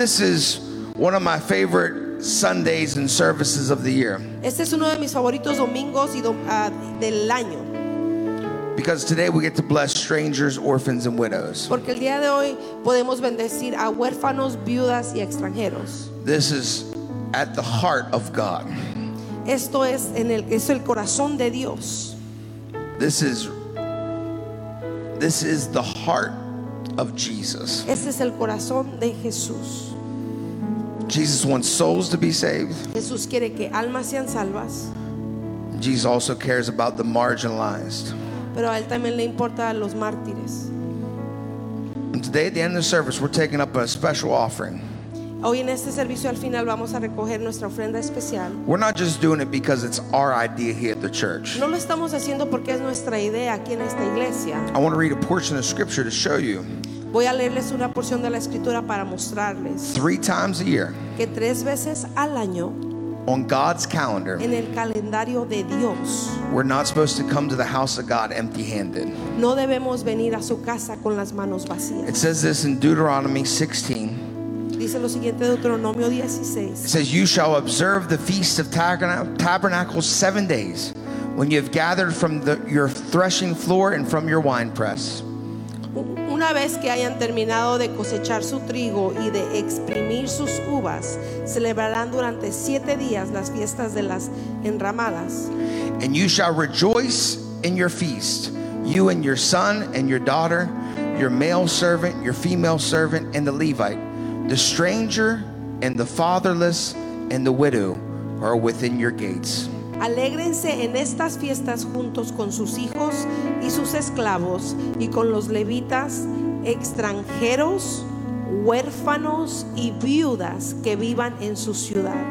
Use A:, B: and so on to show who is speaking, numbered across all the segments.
A: This is one of my favorite Sundays and services of the year
B: Este es uno de mis favoritos domingos y dom- ah, del año,
A: because today we get to bless strangers, orphans, and widows.
B: porque el día de hoy podemos bendecir a huérfanos, viudas y extranjeros.
A: This is at the heart of God.
B: Esto es en el es el corazón de Dios.
A: This is this is the heart of Jesus.
B: Ese Este es el corazón de Jesús.
A: Jesus wants souls to be saved.
B: Jesús quiere que almas sean salvas,
A: Jesus also cares about the marginalized.
B: pero a él también le importa a los mártires.
A: And today at the end of the service, we're taking up a special offering.
B: Hoy en este servicio al final vamos a recoger nuestra ofrenda especial.
A: We're not just doing it because it's our idea here at the church.
B: No lo estamos haciendo porque es nuestra idea aquí en esta iglesia.
A: I want to read a portion of scripture to show you
B: Voy a leerles una porción de la escritura para mostrarles
A: three times a year
B: que tres veces al año
A: on God's calendar,
B: en el calendario de Dios.
A: we're not supposed to come to the house of God empty handed.
B: No debemos venir a su casa con las manos vacías.
A: It says this in Deuteronomy 16.
B: Dice lo siguiente Deuteronomio
A: It
B: 16.
A: says, You shall observe the feast of taberna- tabernacles seven days when you have gathered from the, your threshing floor and from your winepress.
B: U- Una vez que hayan terminado de cosechar su trigo y de exprimir sus uvas, celebrarán durante siete días las fiestas de las enramadas.
A: And you shall rejoice in your feast, you and your son and your daughter, your male servant, your female servant, and the Levite. The stranger and the fatherless and the widow are within your gates.
B: Alégrense en estas fiestas juntos con sus hijos y sus esclavos y con los levitas, extranjeros, huérfanos y viudas que vivan en su ciudad.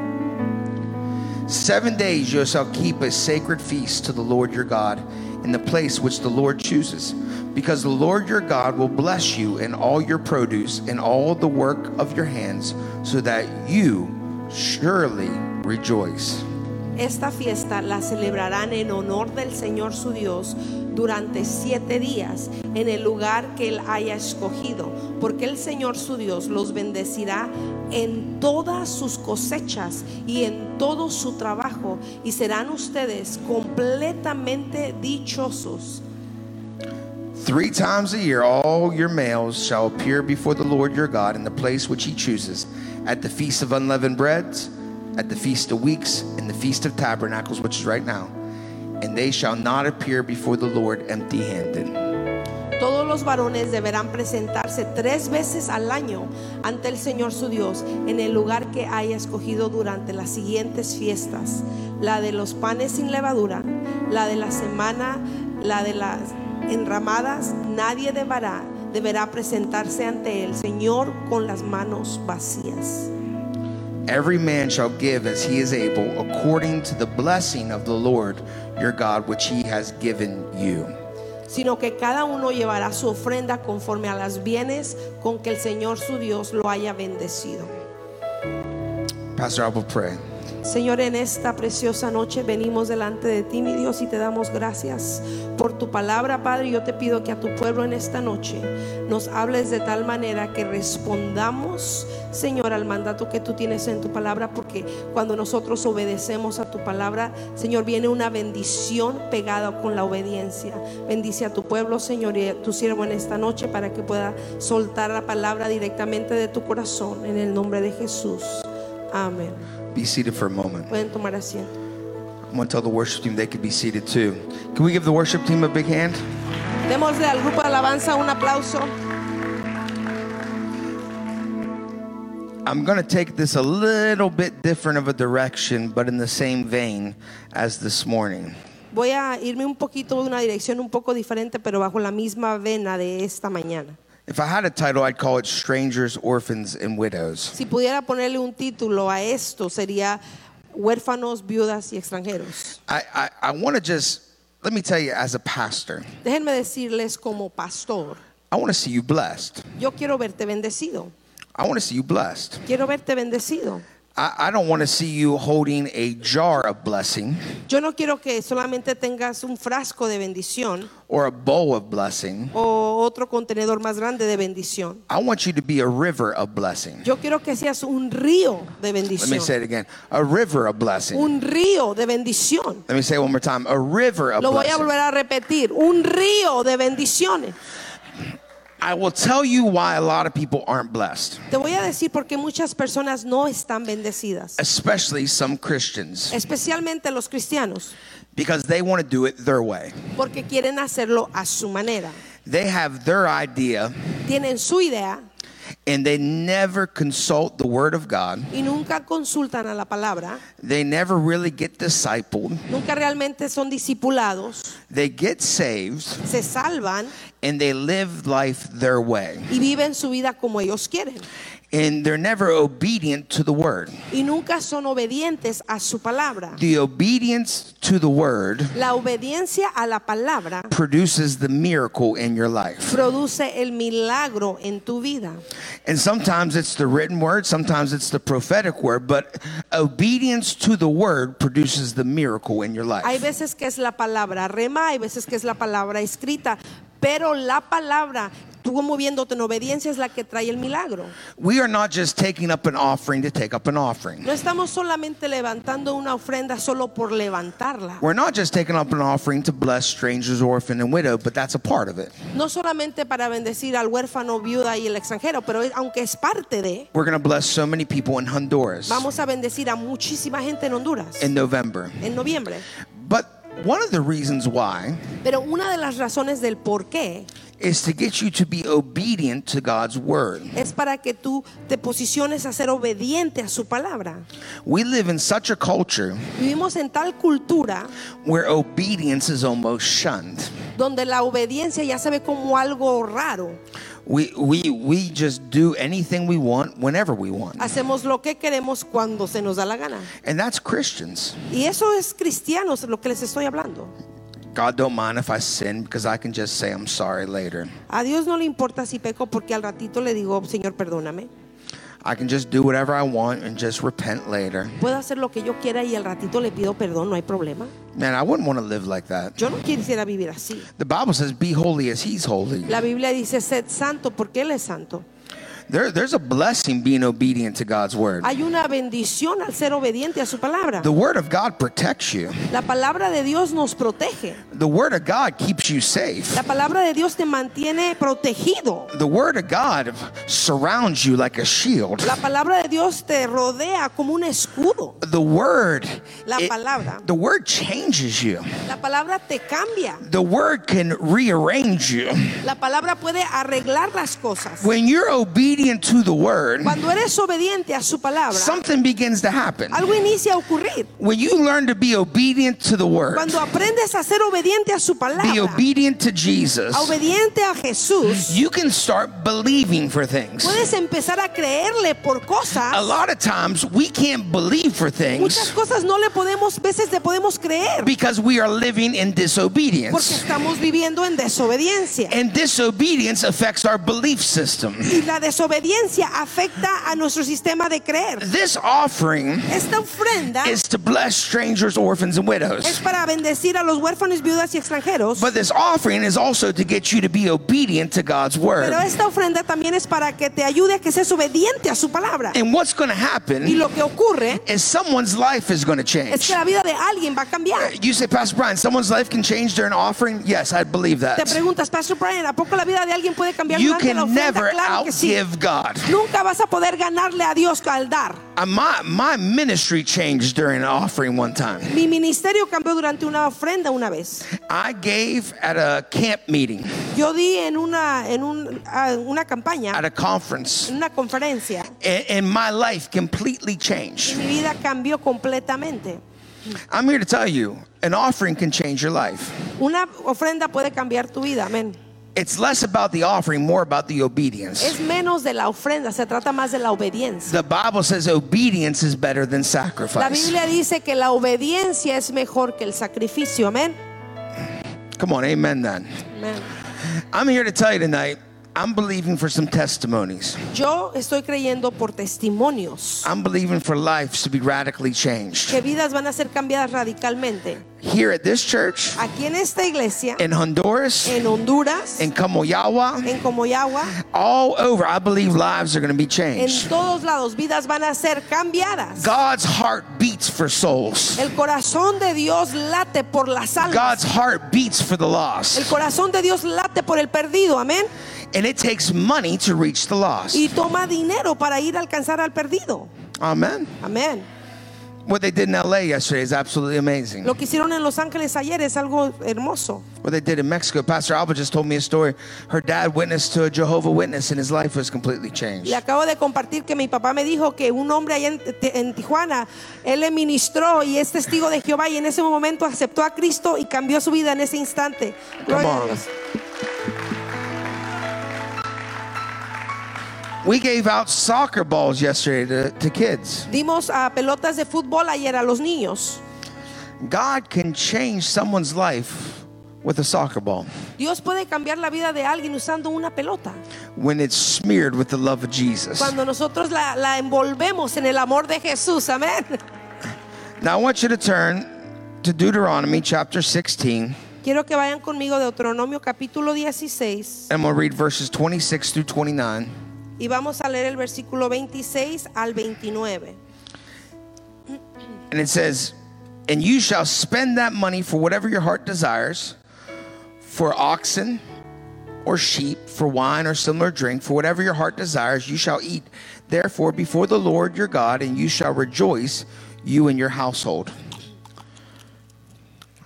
A: Seven days you shall keep a sacred feast to the Lord your God in the place which the Lord chooses, because the Lord your God will bless you in all your produce and all the work of your hands, so that you surely rejoice.
B: Esta fiesta la celebrarán en honor del Señor su Dios durante siete días en el lugar que Él haya escogido, porque el Señor su Dios los bendecirá en todas sus cosechas y en todo su trabajo, y serán ustedes completamente dichosos.
A: Three times a year, all your males shall appear before the Lord your God in the place which he chooses, at the feast of unleavened breads, at the feast of weeks, and the feast of tabernacles, which is right now. And they shall not appear before the Lord empty handed.
B: Todos los varones deberán presentarse tres veces al año ante el Señor su Dios en el lugar que haya escogido durante las siguientes fiestas, la de los panes sin levadura, la de la semana, la de las enramadas. Nadie deberá, deberá presentarse ante el Señor con las manos vacías.
A: Every man shall give as he is able, according to the blessing of the Lord your God, which he has given you.
B: sino que cada uno llevará su ofrenda conforme a las bienes con que el Señor su Dios lo haya bendecido.
A: Pastor, I will pray.
B: Señor, en esta preciosa noche venimos delante de ti, mi Dios, y te damos gracias por tu palabra, Padre. Yo te pido que a tu pueblo en esta noche nos hables de tal manera que respondamos, Señor, al mandato que tú tienes en tu palabra, porque cuando nosotros obedecemos a tu palabra, Señor, viene una bendición pegada con la obediencia. Bendice a tu pueblo, Señor, y a tu siervo en esta noche para que pueda soltar la palabra directamente de tu corazón, en el nombre de Jesús. Amén.
A: Be seated for a moment.
B: Pueden tomar asiento.
A: I'm going to tell the worship team they could be seated too. Can we give the worship team a big hand?
B: Démosle al grupo de alabanza un aplauso.
A: I'm going to take this a little bit different of a direction, but in the same vein as this morning.
B: Voy a irme un poquito de una dirección un poco diferente, pero bajo la misma vena de esta mañana.
A: If I had a title, I'd call it Strangers, Orphans, and Widows.
B: Si pudiera ponerle un título a esto, sería huérfanos, viudas y extranjeros.
A: I, I, I want to just, let me tell you, as a pastor,
B: Déjenme decirles como pastor,
A: I want to see you blessed.
B: yo quiero verte bendecido.
A: I want to see you blessed.
B: Quiero verte bendecido.
A: I, I don't want to see you holding a jar of blessing
B: Yo no quiero que solamente tengas un frasco de bendición
A: or a bowl of blessing.
B: o otro contenedor más grande de bendición.
A: I want you to be a river of blessing.
B: Yo quiero que seas un río de
A: Let me say
B: bendición.
A: it again. A river of blessing.
B: Un río de bendición.
A: Let me say it one more time. A river of
B: Lo voy a volver
A: blessing.
B: a repetir. Un río de bendiciones.
A: I will tell you why a lot of people aren't blessed,
B: Te voy a decir porque muchas personas no están bendecidas.
A: especially some Christians,
B: Especialmente los cristianos.
A: because they want to do it their way.
B: Porque quieren hacerlo a su manera.
A: They have their idea
B: Tienen su idea
A: and they never consult the Word of God.
B: y nunca consultan a la palabra.
A: They never really get discipled.
B: Nunca realmente son discipulados.
A: They get saved
B: Se salvan
A: and they live life their way.
B: y viven su vida como ellos quieren.
A: And they're never obedient to the Word.
B: Y nunca son obedientes a su palabra.
A: The obedience to the Word
B: La obediencia a la palabra
A: produces the miracle in your life.
B: produce el milagro en tu vida.
A: And sometimes it's the written word, sometimes it's the prophetic word, but obedience to the word produces the miracle in your
B: Hay
A: life.
B: veces que es la palabra rema, hay veces que es la palabra escrita, pero la palabra, tú moviéndote en obediencia, es la que trae el milagro.
A: We are not just taking up an offering to take up an offering.
B: No estamos solamente levantando una ofrenda solo por levantarla.
A: We're not just taking up an offering to bless strangers, orphan, and widow, but that's a part of it.
B: No solamente para bendecir al huérfano, viuda y el extranjero, pero es- aunque es parte de,
A: We're going to bless so many people in Honduras
B: vamos a bendecir a muchísima gente en Honduras
A: in November.
B: en noviembre.
A: But one of the reasons why
B: Pero una de las razones del por qué
A: is to get you to be obedient to God's word.
B: es para que tú te posiciones a ser obediente a su palabra.
A: We live in such a culture
B: Vivimos en tal cultura
A: where obedience is almost shunned.
B: donde la obediencia ya se ve como algo raro.
A: We, we, we just do anything we want whenever we want.
B: Hacemos lo que queremos cuando se nos da la gana.
A: And that's Christians.
B: Y eso es cristianos lo que les estoy hablando.
A: God don't mind if I sin because I can just say I'm sorry later.
B: A Dios no le importa si peco porque al ratito le digo, Señor, perdóname.
A: I can just do whatever I want and just repent later.
B: Puedo hacer lo que yo quiera y al ratito le pido perdón, no hay problema.
A: Man, I wouldn't want to live like that.
B: Yo no quisiera vivir así.
A: The Bible says, be holy as he's holy.
B: La Biblia dice, sed santo porque Él es santo.
A: There, there's a blessing being obedient to God's word.
B: Hay una bendición al ser obediente a su palabra.
A: The word of God protects you,
B: La palabra de Dios nos protege.
A: the word of God keeps you safe.
B: La palabra de Dios te mantiene protegido.
A: The word of God surrounds you like a shield.
B: La palabra de Dios te rodea como un escudo.
A: The word,
B: La
A: Eh.
B: palabra.
A: the word changes you.
B: La palabra te cambia.
A: The word can rearrange you.
B: La palabra puede arreglar las cosas.
A: When you're obedient to the word,
B: Cuando eres obediente a su palabra,
A: something begins to happen.
B: algo inicia a ocurrir.
A: When you learn to be obedient to the word,
B: Cuando aprendes a ser obediente a su
A: be
B: palabra,
A: obedient to
B: a
A: Jesus,
B: obediente a Jesús,
A: you can start believing for things.
B: puedes empezar a creerle por
A: A
B: cosas.
A: lot of times we can't believe for
B: Muchas
A: things
B: cosas no le podemos, veces le podemos creer
A: because we are living in
B: porque
A: disobedience.
B: estamos viviendo en desobediencia.
A: And disobedience affects our belief system.
B: Y la desobediencia afecta a nuestro sistema de creer.
A: This offering
B: Esta ofrenda
A: is to bless strangers, orphans, and
B: es
A: widows.
B: para bendecir a los huérfanos, viudas y extranjeros.
A: But this offering is also to get you to be obedient to God's word.
B: Pero esta ofrenda también es para que te ayude a que seas obediente a su palabra.
A: And what's going to
B: Y
A: happen
B: lo que ocurre
A: is someone's life is going to
B: es
A: change.
B: que la vida de alguien va a cambiar.
A: You say, Pastor Brian, someone's life can change during offering? Yes, I believe
B: Te
A: that.
B: preguntas, Pastor Brian, ¿a poco la vida de alguien puede cambiar
A: You
B: durante la
A: can
B: ofrenda?
A: never
B: Claro que sí.
A: outgive God.
B: Nunca vas a poder ganarle a Dios al dar.
A: Uh, My, my ministry changed during an offering one time.
B: Mi ministerio cambió durante una ofrenda una vez.
A: I gave at a camp meeting,
B: Yo di en una en un- ah, una campaña,
A: at a conference,
B: en una conferencia.
A: and, and my life completely
B: y
A: changed.
B: mi vida cambió completamente.
A: I'm here to tell you an offering can change your life.
B: Una ofrenda puede cambiar tu vida, amén.
A: It's less about the offering, more about the
B: Es
A: obedience.
B: menos de la ofrenda, se trata más de la obediencia.
A: The Bible says obedience is better than
B: La
A: sacrifice.
B: Biblia dice que la obediencia es mejor que el sacrificio, amén.
A: Come on, amen then.
B: Amén.
A: I'm here to tell you tonight I'm believing for some testimonies.
B: Yo estoy creyendo por testimonios
A: I'm believing for lives to be radically changed.
B: que vidas van a ser cambiadas radicalmente.
A: Here at this church,
B: Aquí en esta iglesia,
A: in Honduras,
B: en Honduras,
A: in Kamoyawa,
B: en Comoyagua,
A: all over, I believe lives are going to be
B: en
A: changed.
B: todos lados vidas van a ser cambiadas.
A: God's heart beats for souls.
B: El corazón de Dios late por las almas.
A: God's heart beats for the
B: El
A: lost.
B: corazón de Dios late por el perdido, amén.
A: And it takes money to reach the
B: Y
A: lost.
B: toma dinero para ir a alcanzar al perdido,
A: Amen.
B: amén.
A: What they did in LA yesterday is absolutely amazing.
B: Lo que hicieron en Los Ángeles ayer es algo hermoso.
A: What they did in Mexico, Pastor Alba just told me a story. Her dad witnessed to a Jehovah Witness and his life was completely changed.
B: Le acabo de compartir que mi papá me dijo que un hombre allá en, en Tijuana, él le ministró y es testigo de Jehová y en ese momento aceptó a Cristo y cambió su vida en ese instante.
A: Come
B: Gloria a
A: on.
B: Dios.
A: We gave out soccer balls yesterday to, to kids.
B: Dimos a pelotas de fútbol ayer a los niños.
A: God can change someone's life with a soccer ball
B: Dios puede cambiar la vida de alguien usando una pelota.
A: when it's smeared with the love of Jesus.
B: Cuando nosotros la, la envolvemos en el amor de Jesús, amén.
A: Now I want you to turn to Deuteronomy chapter 16
B: Quiero que vayan conmigo de Deuteronomio capítulo 16
A: and we'll read verses 26 through 29.
B: y vamos a leer el versículo 26 al 29.
A: And it says, And you shall spend that money for whatever your heart desires, for oxen or sheep, for wine or similar drink, for whatever your heart desires, you shall eat. Therefore, before the Lord your God, and you shall rejoice, you and your household.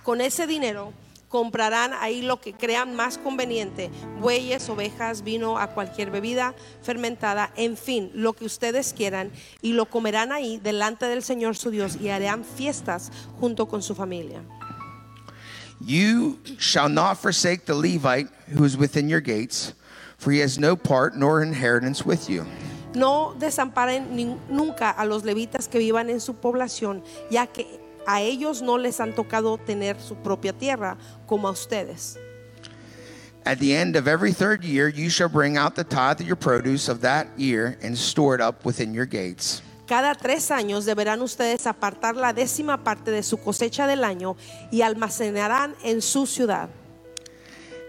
B: Con ese dinero comprarán ahí lo que crean más conveniente, bueyes, ovejas, vino, a cualquier bebida fermentada, en fin, lo que ustedes quieran, y lo comerán ahí delante del Señor su Dios y harán fiestas junto con su familia.
A: You shall not forsake the Levite who is within your gates, for he has no part nor inheritance with you.
B: No desamparen nin- nunca a los levitas que vivan en su población, ya que a ellos no les han tocado tener su propia tierra como a ustedes.
A: At the end of every third year, you shall bring out the tithe of your produce of that year and store it up within your gates.
B: Cada tres años deberán ustedes apartar la décima parte de su cosecha del año y almacenarán en su ciudad.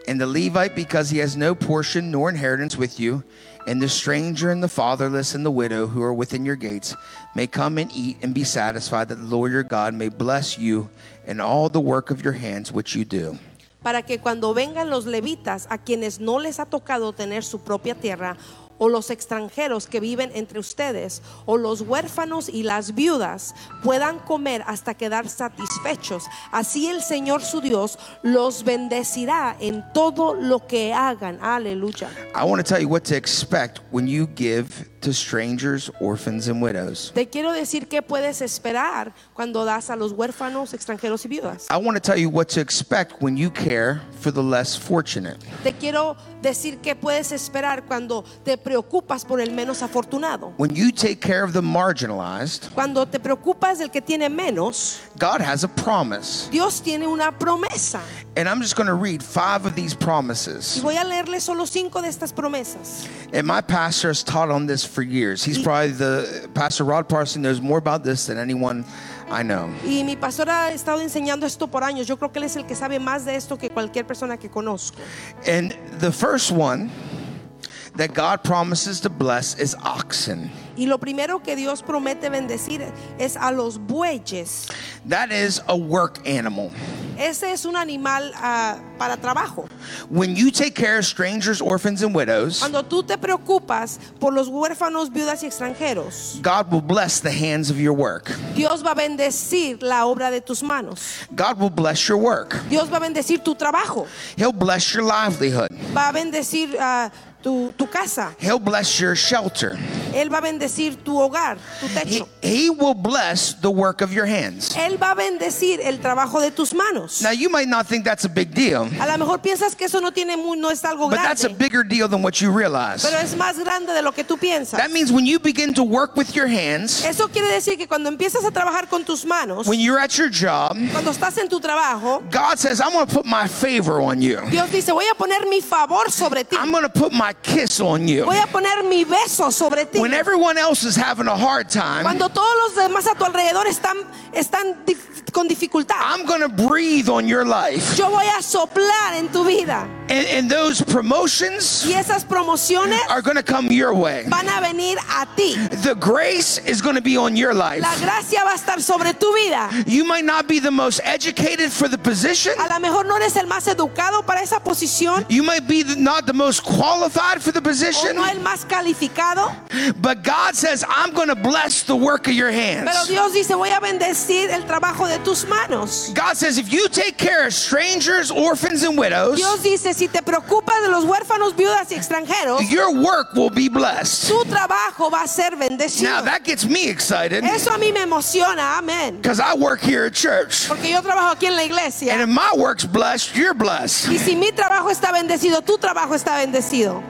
A: and the Levite because he has no portion nor inheritance with you, and the stranger and the fatherless and the widow who are within your gates may come and eat and be satisfied that the Lord your God may bless you and all the work of your hands which you do.
B: para que cuando vengan los levitas a quienes no les ha tocado tener su propia tierra, o los extranjeros que viven entre ustedes, o los huérfanos y las viudas, puedan comer hasta quedar satisfechos. Así el Señor su Dios los bendecirá en todo lo que hagan. Aleluya.
A: I want to tell you what to expect when you give to strangers, orphans, and widows.
B: Te quiero decir que puedes esperar cuando das a los huérfanos, extranjeros y viudas.
A: I want to tell you what to expect when you care for the less fortunate.
B: Te quiero decir que puedes esperar cuando te preocupas por el menos afortunado.
A: When you take care of the marginalized,
B: Cuando te preocupas del que tiene menos,
A: God has a promise.
B: Dios tiene una promesa.
A: And I'm just going to read five of these
B: Y
A: promises.
B: voy a leerle solo cinco de estas promesas.
A: And my pastor has taught on this for years. He's probably the pastor Rod Parson knows more about this than anyone I know.
B: Y mi pastor ha estado enseñando esto por años. Yo creo que él es el que sabe más de esto que cualquier persona que conozco.
A: And the first one that God promises to bless is oxen.
B: Y lo primero que Dios promete bendecir es a los bueyes.
A: That is a work animal.
B: Ese es un animal ah, para trabajo.
A: When you take care of strangers, orphans, and widows,
B: Cuando tú te preocupas por los huérfanos, viudas y extranjeros,
A: God will bless the hands of your work.
B: Dios va a bendecir la obra de tus manos.
A: God will bless your work.
B: Dios va a bendecir tu trabajo.
A: He'll bless your livelihood.
B: va a bendecir ah, tu, tu casa,
A: He'll bless your shelter.
B: Él va a bendecir tu hogar, tu
A: He,
B: techo.
A: he will bless the work of your hands.
B: Él va a bendecir el trabajo de tus manos.
A: Now, you might not think that's a big deal.
B: A lo mejor piensas que eso no tiene mu- no es algo
A: But that's a
B: grande,
A: bigger deal than what you realize.
B: pero es más grande de lo que tú piensas.
A: That means when you begin to work with your hands,
B: Eso quiere decir que cuando empiezas a trabajar con tus manos,
A: when you're at your job,
B: cuando estás en tu trabajo,
A: God says, I'm going to put my favor on you.
B: Dios dice, voy a poner mi favor sobre ti.
A: I'm going to put my my kiss on you.
B: Voy a poner mi beso sobre ti.
A: When everyone else is having a hard time,
B: Cuando todos los demás a tu alrededor están, están dif- con dificultad,
A: I'm going to breathe on your life.
B: yo voy a soplar en tu vida.
A: And, and those promotions
B: Y esas promociones
A: are going to come your way.
B: van a venir a ti.
A: The grace is going to be on your life.
B: La gracia va a estar sobre tu vida.
A: You might not be the most educated for the position.
B: A lo mejor no eres el más educado para esa posición
A: You might be the- not the most qualified for the
B: o
A: position,
B: no el más calificado,
A: but God says, I'm going to bless the work of your
B: pero
A: hands.
B: Dios dice, voy a bendecir el trabajo de tus manos.
A: God says, if you take care of strangers, orphans, and widows,
B: Dios dice, si te preocupas de los huérfanos, viudas y extranjeros,
A: your work will be blessed.
B: tu trabajo va a ser bendecido.
A: Now that gets me excited
B: Eso a mí me emociona, amén.
A: because I work here at church.
B: Porque yo trabajo aquí en la
A: And
B: iglesia.
A: if my work's blessed, you're blessed.
B: Y si mi trabajo está bendecido, tu trabajo está bendecido.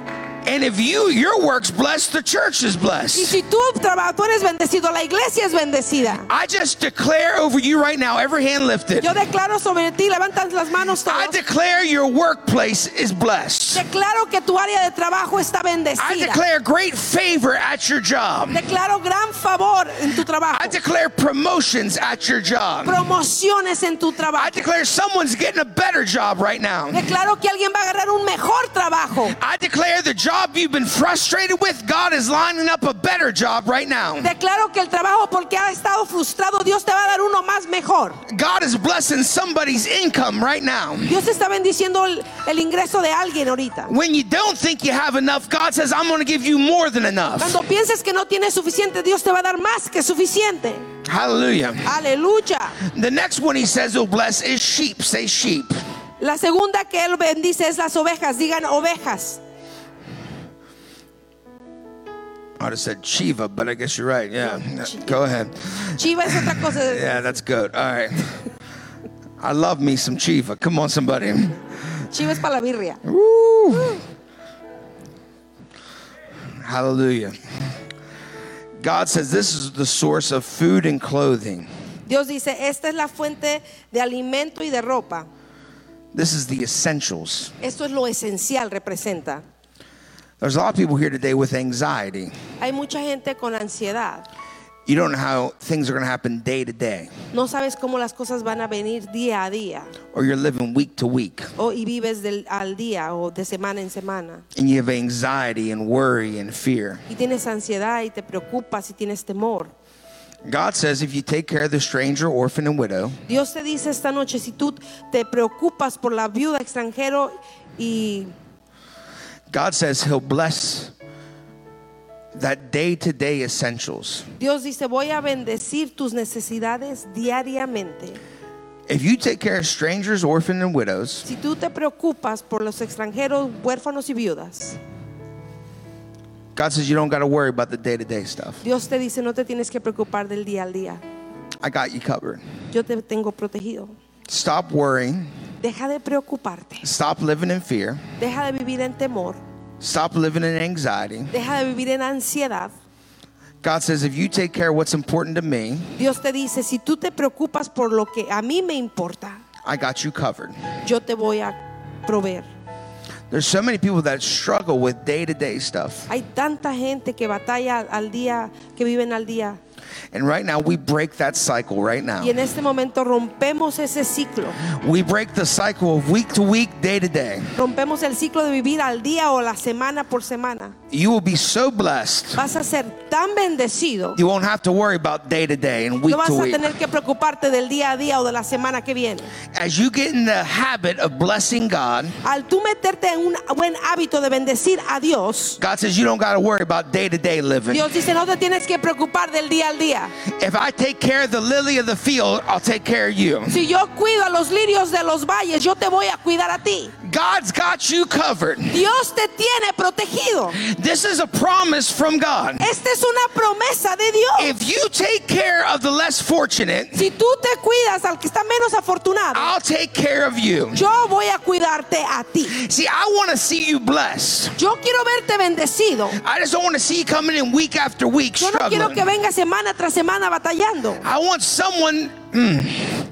A: And if you your work's blessed, the church is
B: Y
A: blessed.
B: si tu trabajo, tú eres bendecido, la iglesia es bendecida.
A: I just declare over you right now, every hand lifted.
B: Yo declaro sobre ti, levantan las manos
A: I
B: todos.
A: declare your workplace is blessed.
B: Declaro que tu área de trabajo está
A: I
B: bendecida.
A: declare great favor at your job.
B: Declaro gran favor en tu trabajo.
A: I declare promotions at your job.
B: Promociones en tu
A: I
B: trabajo.
A: declare someone's getting a better job right now.
B: Declaro que alguien va a agarrar un mejor trabajo.
A: I declare the job you've been frustrated with, God is lining up a better job right now.
B: Declaro que el trabajo porque ha estado frustrado, Dios te va a dar uno más mejor.
A: God is blessing somebody's income right now.
B: Dios te está bendiciendo el, el ingreso de alguien ahorita.
A: When you don't think you have enough, God says, I'm going to give you more than enough.
B: Cuando pienses que no tienes suficiente, Dios te va a dar más que suficiente.
A: Hallelujah.
B: Aleluya.
A: The next one he says he'll bless is sheep. Say sheep.
B: La segunda que Él bendice es las ovejas. Digan ovejas.
A: I would have said Shiva, but I guess you're right. Yeah. Go ahead.
B: Chiva es otra cosa.
A: Yeah, that's good. All right. I love me some Chiva. Come on, somebody.
B: Chiva es para la birria.
A: Woo. Hallelujah. God says this is the source of food and clothing.
B: Dios dice, esta es la fuente de alimento y de ropa.
A: This is the essentials.
B: Esto es lo esencial, representa.
A: There's a lot of people here today with anxiety.
B: Hay mucha gente con ansiedad.
A: You don't know how things are going to happen day to day,
B: No sabes cómo las cosas van a venir día a día.
A: or you're living week to week,
B: O, y vives del, al día o de semana en semana.
A: and you have anxiety and worry and fear.
B: Y tienes ansiedad y te preocupas y tienes temor.
A: God says if you take care of the stranger, orphan, and widow,
B: Dios te dice esta noche, si tú te preocupas por la viuda extranjero y
A: God says He'll bless that day to day essentials.
B: Dios dice, voy a bendecir tus necesidades diariamente.
A: If you take care of strangers, orphan, and widows,
B: Si tú te preocupas por los extranjeros, huérfanos y viudas,
A: God says you don't got to worry about the day to day stuff.
B: Dios te dice, no te tienes que preocupar del día al día.
A: I got you covered.
B: Yo te tengo protegido.
A: Stop worrying.
B: Deja de preocuparte.
A: Stop living in fear.
B: Deja de vivir en temor.
A: Stop living in anxiety.
B: Deja de vivir en ansiedad.
A: God says if you take care of what's important to me,
B: Dios te dice, si tú te preocupas por lo que a mí me importa,
A: I got you covered.
B: yo te voy a proveer.
A: There's so many people that struggle with day to day stuff.
B: Hay tanta gente que batalla al día, que viven al día.
A: And right now, we break that cycle right
B: Y en
A: now.
B: este momento rompemos ese ciclo.
A: We break the cycle of week to week, day to day.
B: Rompemos el ciclo de vivir al día o la semana por semana.
A: You will be so blessed.
B: Vas a ser tan bendecido.
A: You won't have to worry about day to day and week
B: No vas
A: to
B: a
A: week.
B: tener que preocuparte del día a día o de la semana que viene.
A: As you get in the habit of blessing God,
B: Al tú meterte en un buen hábito de bendecir a Dios,
A: God says you don't got to worry about day to day living.
B: Dios dice, no te tienes que preocupar del día al día.
A: If I take care of the lily of the field, I'll take care of you.
B: Si yo cuido a los lirios de los valles, yo te voy a cuidar a ti.
A: God's got you covered.
B: Dios te tiene protegido.
A: This is a promise from God.
B: Esta es una promesa de Dios.
A: If you take care of the less fortunate,
B: Si tú te cuidas al que está menos afortunado,
A: I'll take care of you.
B: yo voy a cuidarte a ti.
A: See, I want to see you blessed.
B: Yo quiero verte bendecido.
A: I just don't want to see you coming in week after week
B: Yo no quiero
A: struggling.
B: que vengas semana tras semana batallando.
A: I want someone. mm.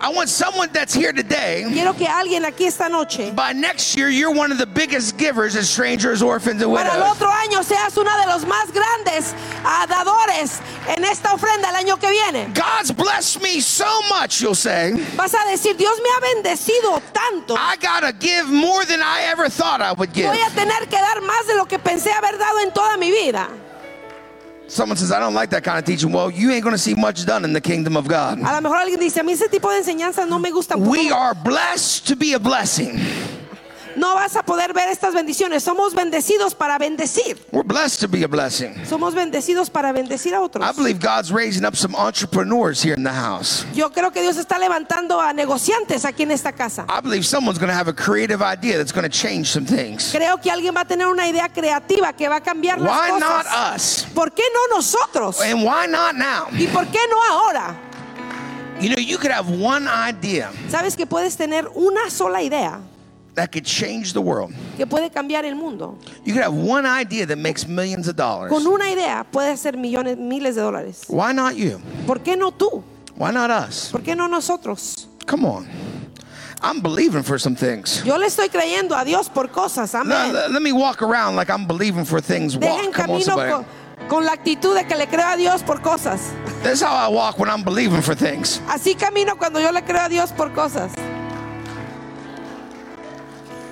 A: I want someone that's here today.
B: Quiero que alguien aquí esta noche,
A: By next year, you're one of the biggest givers at strangers, orphans, and
B: para el
A: widows.
B: otro año, seas uno de los más grandes ah, dadores en esta ofrenda el año que viene.
A: God's blessed me so much, you'll say.
B: Vas a decir, Dios me ha bendecido tanto.
A: I gotta give more than I ever thought I would give.
B: Voy a tener que dar más de lo que pensé haber dado en toda mi vida.
A: Someone says, I don't like that kind of teaching. Well, you ain't gonna see much done in the kingdom of God.
B: A lo mejor alguien dice, a mí ese tipo de enseñanzas no me gusta.
A: We are blessed to be a blessing.
B: No vas a poder ver estas bendiciones. Somos bendecidos para bendecir.
A: We're blessed to be a blessing.
B: Somos bendecidos para bendecir a otros.
A: I believe God's raising up some entrepreneurs here in the house.
B: Yo creo que Dios está levantando a negociantes aquí en esta casa.
A: I believe someone's gonna have a creative idea that's gonna change some things.
B: Creo que alguien va a tener una idea creativa que va a cambiar las
A: Why not
B: cosas.
A: us?
B: ¿Por qué no nosotros?
A: And why not now?
B: ¿Y por qué no ahora?
A: You know, you could have one idea
B: Sabes que puedes tener una sola idea
A: that could change the world.
B: que puede cambiar el mundo.
A: You could have one idea that makes millions of dollars.
B: Con una idea puedes hacer millones, miles de dólares.
A: Why not you?
B: ¿Por qué no tú?
A: Why not us?
B: ¿Por qué no nosotros?
A: Come on. I'm believing for some things.
B: Yo le estoy creyendo a Dios por cosas.
A: Let,
B: Amén.
A: let- let me walk around like I'm believing for things.
B: Dejen
A: Walk. Come on,
B: camino
A: somebody.
B: con, con la actitud de que le creo a Dios por cosas.
A: That's how I walk when I'm believing for things.
B: Así camino cuando yo le creo a Dios por cosas.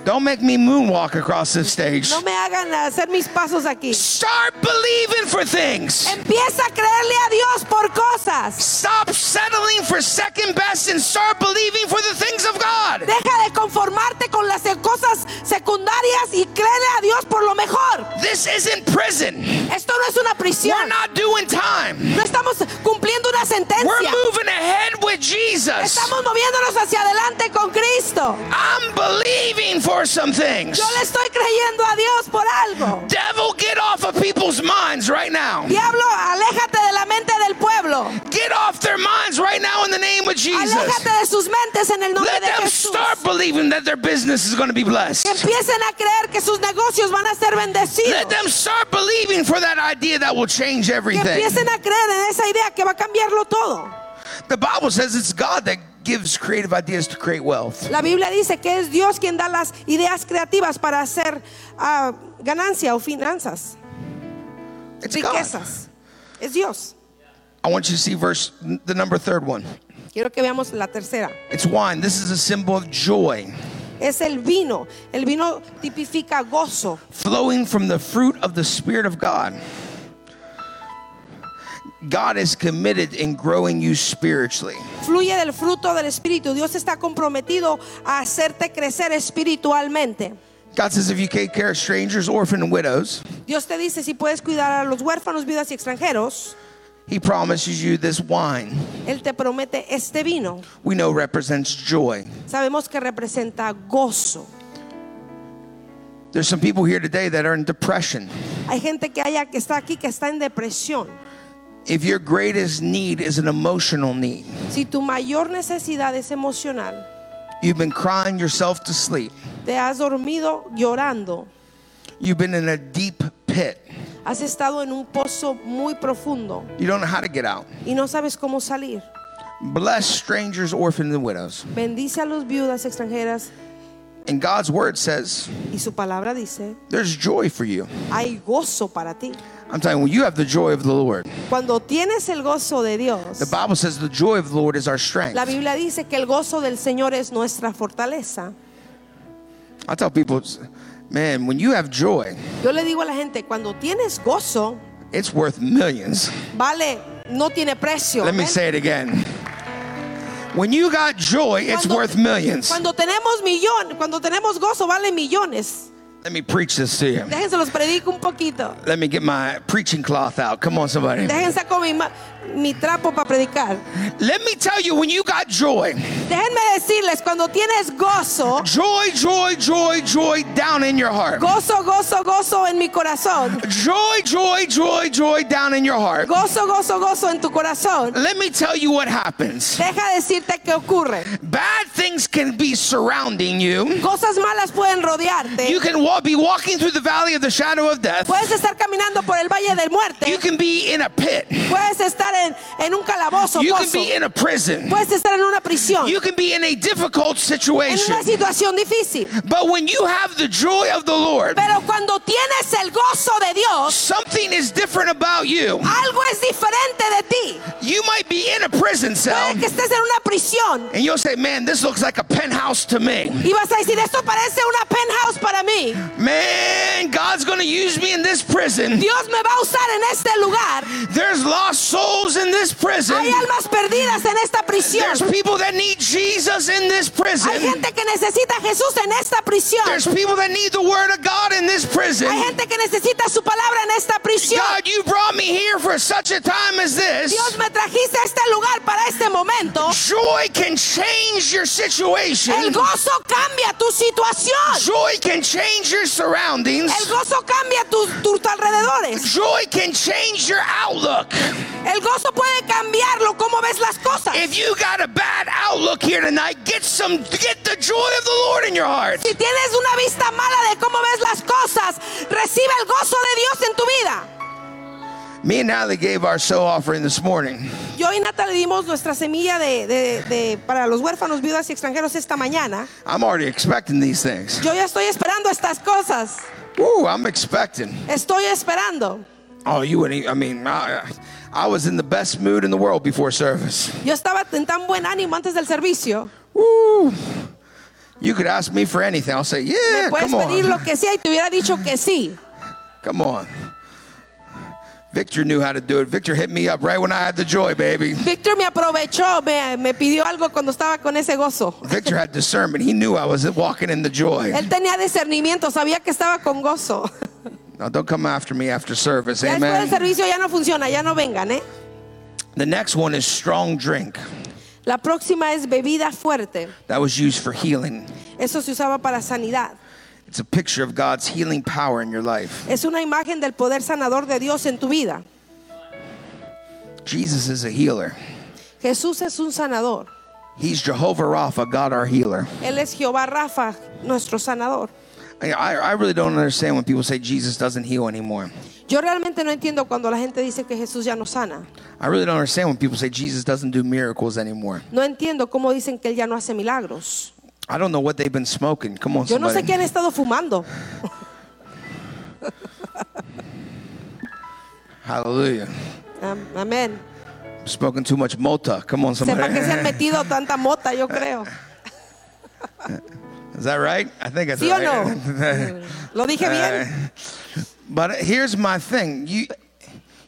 A: Don't make me moonwalk across this stage.
B: No me hagan hacer mis pasos aquí.
A: Start believing for things.
B: Empieza a creerle a Dios por cosas.
A: Stop settling for second best and start believing for the things of God.
B: Deja de conformarte con las cosas secundarias y créele a Dios por lo mejor.
A: This isn't prison.
B: Esto no es una
A: We're
B: prisión.
A: not doing time.
B: No estamos cumpliendo una
A: We're
B: sentencia.
A: moving ahead with Jesus.
B: Estamos moviéndonos hacia adelante con Cristo.
A: I'm believing for some things.
B: Yo le estoy creyendo a Dios por algo.
A: Devil, get off of people's minds right now.
B: Diablo, aléjate de la mente del pueblo.
A: Get off their minds right now in the name of Jesus.
B: Aléjate de sus mentes en el nombre
A: Let
B: de
A: them
B: Jesús.
A: start believing that their business is going to be
B: Que
A: blessed.
B: empiecen a creer que sus negocios van a ser bendecidos.
A: Let them start believing for that idea that will change
B: Que
A: everything.
B: empiecen a creer en esa idea que va a cambiarlo todo.
A: The Bible says it's God that gives creative ideas to create wealth.
B: La Biblia dice que es Dios quien da las ideas creativas para hacer ah, ganancia o finanzas,
A: It's God.
B: riquezas. Es Dios.
A: I want you to see verse the number third one.
B: Quiero que veamos la tercera.
A: It's wine. This is a symbol of joy
B: Es el vino. El vino tipifica gozo.
A: flowing from the fruit of the Spirit of God. God is committed in growing you spiritually.
B: Fluye del fruto del Espíritu. Dios está comprometido a hacerte crecer espiritualmente.
A: God says if you take care of strangers, orphans, and widows,
B: Dios te dice si puedes cuidar a los huérfanos, viudas y extranjeros,
A: He promises you this wine
B: Él te promete este vino.
A: we know represents joy.
B: Sabemos que representa gozo.
A: There's some people here today that are in depression.
B: Hay gente que, haya, que está aquí que está en depresión.
A: If your greatest need is an emotional need,
B: Si tu mayor necesidad es emocional,
A: you've been crying yourself to sleep,
B: te has dormido llorando,
A: you've been in a deep pit,
B: has estado en un pozo muy profundo
A: you don't know how to get out.
B: y no sabes cómo salir,
A: Bless strangers, orphans, and widows.
B: bendice a los viudas extranjeras
A: And God's word says
B: y su palabra dice,
A: there's joy for you.
B: hay gozo para ti.
A: I'm telling you, when you have the joy of the Lord,
B: Cuando tienes el gozo de Dios,
A: the Bible says the joy of the Lord is our
B: la
A: strength.
B: Biblia dice que el gozo del Señor es nuestra fortaleza.
A: I tell people, man, when you have joy,
B: Yo le digo a la gente, cuando tienes gozo,
A: it's worth millions.
B: vale, no tiene precio.
A: Let me
B: ¿ven?
A: say it again. When you got joy, it's
B: Cuando-
A: worth millions.
B: Cuando tenemos millón, cuando tenemos gozo vale millones.
A: Let me preach this to you.
B: Déjense los predico un poquito.
A: Let me get my preaching cloth out. Come on, somebody.
B: Déjense con mi, ma- mi trapo para predicar.
A: Let me tell you, when you got joy,
B: Déjenme decirles, cuando tienes gozo,
A: joy, joy, joy, joy down in your heart.
B: gozo, gozo, gozo en mi corazón.
A: Joy, joy, joy, joy down in your heart.
B: Gozo, gozo, gozo en tu corazón.
A: Let me tell you what happens.
B: Deja decirte qué ocurre.
A: Bad things can be surrounding you.
B: Cosas malas pueden
A: You
B: rodearte.
A: can wa- be walking through the valley of the shadow of death.
B: Puedes estar caminando por el valle de
A: You
B: muerte.
A: can be in a pit.
B: Puedes estar estar en, en un calabozo,
A: You can
B: pozo.
A: be in a prison.
B: puedes estar en una prisión,
A: You can be in a difficult
B: en
A: situation.
B: una situación difícil.
A: But when you have the joy of the Lord,
B: Pero cuando tienes el gozo de Dios,
A: something is different about you.
B: algo es diferente de ti.
A: You might be in a prison cell
B: Puede que estés en una prisión
A: and you'll say, Man, this looks like a penthouse to me.
B: y vas a decir, esto parece una penthouse para mí.
A: Man, God's going to use me in this prison.
B: Dios me va a usar en este lugar.
A: There's lost souls in this prison.
B: Hay almas perdidas en esta prisión.
A: There's people that need Jesus in this
B: Hay
A: prison.
B: gente que necesita a Jesús en esta prisión.
A: There's people that need the word of God in this prison.
B: Hay gente que necesita su palabra en esta prisión.
A: God, you brought me here for such a time as
B: Dios
A: this.
B: me trajiste a este lugar para este momento.
A: Joy can change your
B: El
A: situation.
B: gozo cambia tu situación.
A: Joy can change your surroundings.
B: El gozo cambia tus, tus alrededores.
A: Joy can change your outlook.
B: El gozo puede cambiarlo cómo ves las cosas.
A: If you got a bad outlook here tonight, get some get the joy of the Lord in your heart.
B: Si tienes una vista mala de cómo ves las cosas, recibe el gozo de Dios en tu vida.
A: Me and Natalie gave our soul offering this morning.
B: Yo y Nata le dimos nuestra semilla de, de- de- para los huérfanos, viudas y extranjeros esta mañana.
A: I'm already expecting these things.
B: Yo ya estoy esperando estas cosas.
A: Ooh, I'm expecting.
B: Estoy esperando.
A: Oh, you wouldn't. Even, I mean, I, I was in the best mood in the world before service.
B: Yo estaba en tan buen ánimo antes del servicio.
A: Woo! You could ask me for anything. I'll say, yeah,
B: Me puedes
A: Eh, come
B: pedir
A: on,
B: lo que sea y te hubiera dicho que sí.
A: come on. Victor knew how to do it. Victor hit me up right when I had the joy, baby.
B: Víctor me aprovechó, me, me pidió algo cuando estaba con ese gozo.
A: Victor had discernment. He knew I was walking in the joy.
B: Él tenía discernimiento, sabía que estaba con gozo.
A: Now, don't come after me after service.
B: Ya después del
A: Amen.
B: servicio ya no funciona, ya no vengan, ¿eh?
A: The next one is strong drink.
B: La próxima es bebida fuerte.
A: That was used for healing.
B: Eso se usaba para sanidad.
A: It's a picture of God's healing power in your life.
B: Es una imagen del poder sanador de Dios en tu vida.
A: Jesus is a healer.
B: Jesús es un sanador.
A: He's Jehovah Rapha, God our healer.
B: Él es Jehová Rafa, nuestro sanador.
A: I, I really don't understand when people say Jesus doesn't heal anymore.
B: Yo realmente no entiendo cuando la gente dice que Jesús ya no sana.
A: I really don't understand when people say Jesus doesn't do miracles anymore.
B: No entiendo cómo dicen que Él ya no hace milagros.
A: I don't know what they've been smoking. Come on,
B: Yo no
A: somebody.
B: sé qué han estado fumando.
A: Hallelujah.
B: Am- Amén.
A: Smoking too much mota. Come on,
B: Sepa
A: somebody.
B: que se han metido tanta mota, yo creo.
A: Is that right? I think that's
B: ¿Sí o
A: right.
B: no? Lo dije bien.
A: But here's my thing. You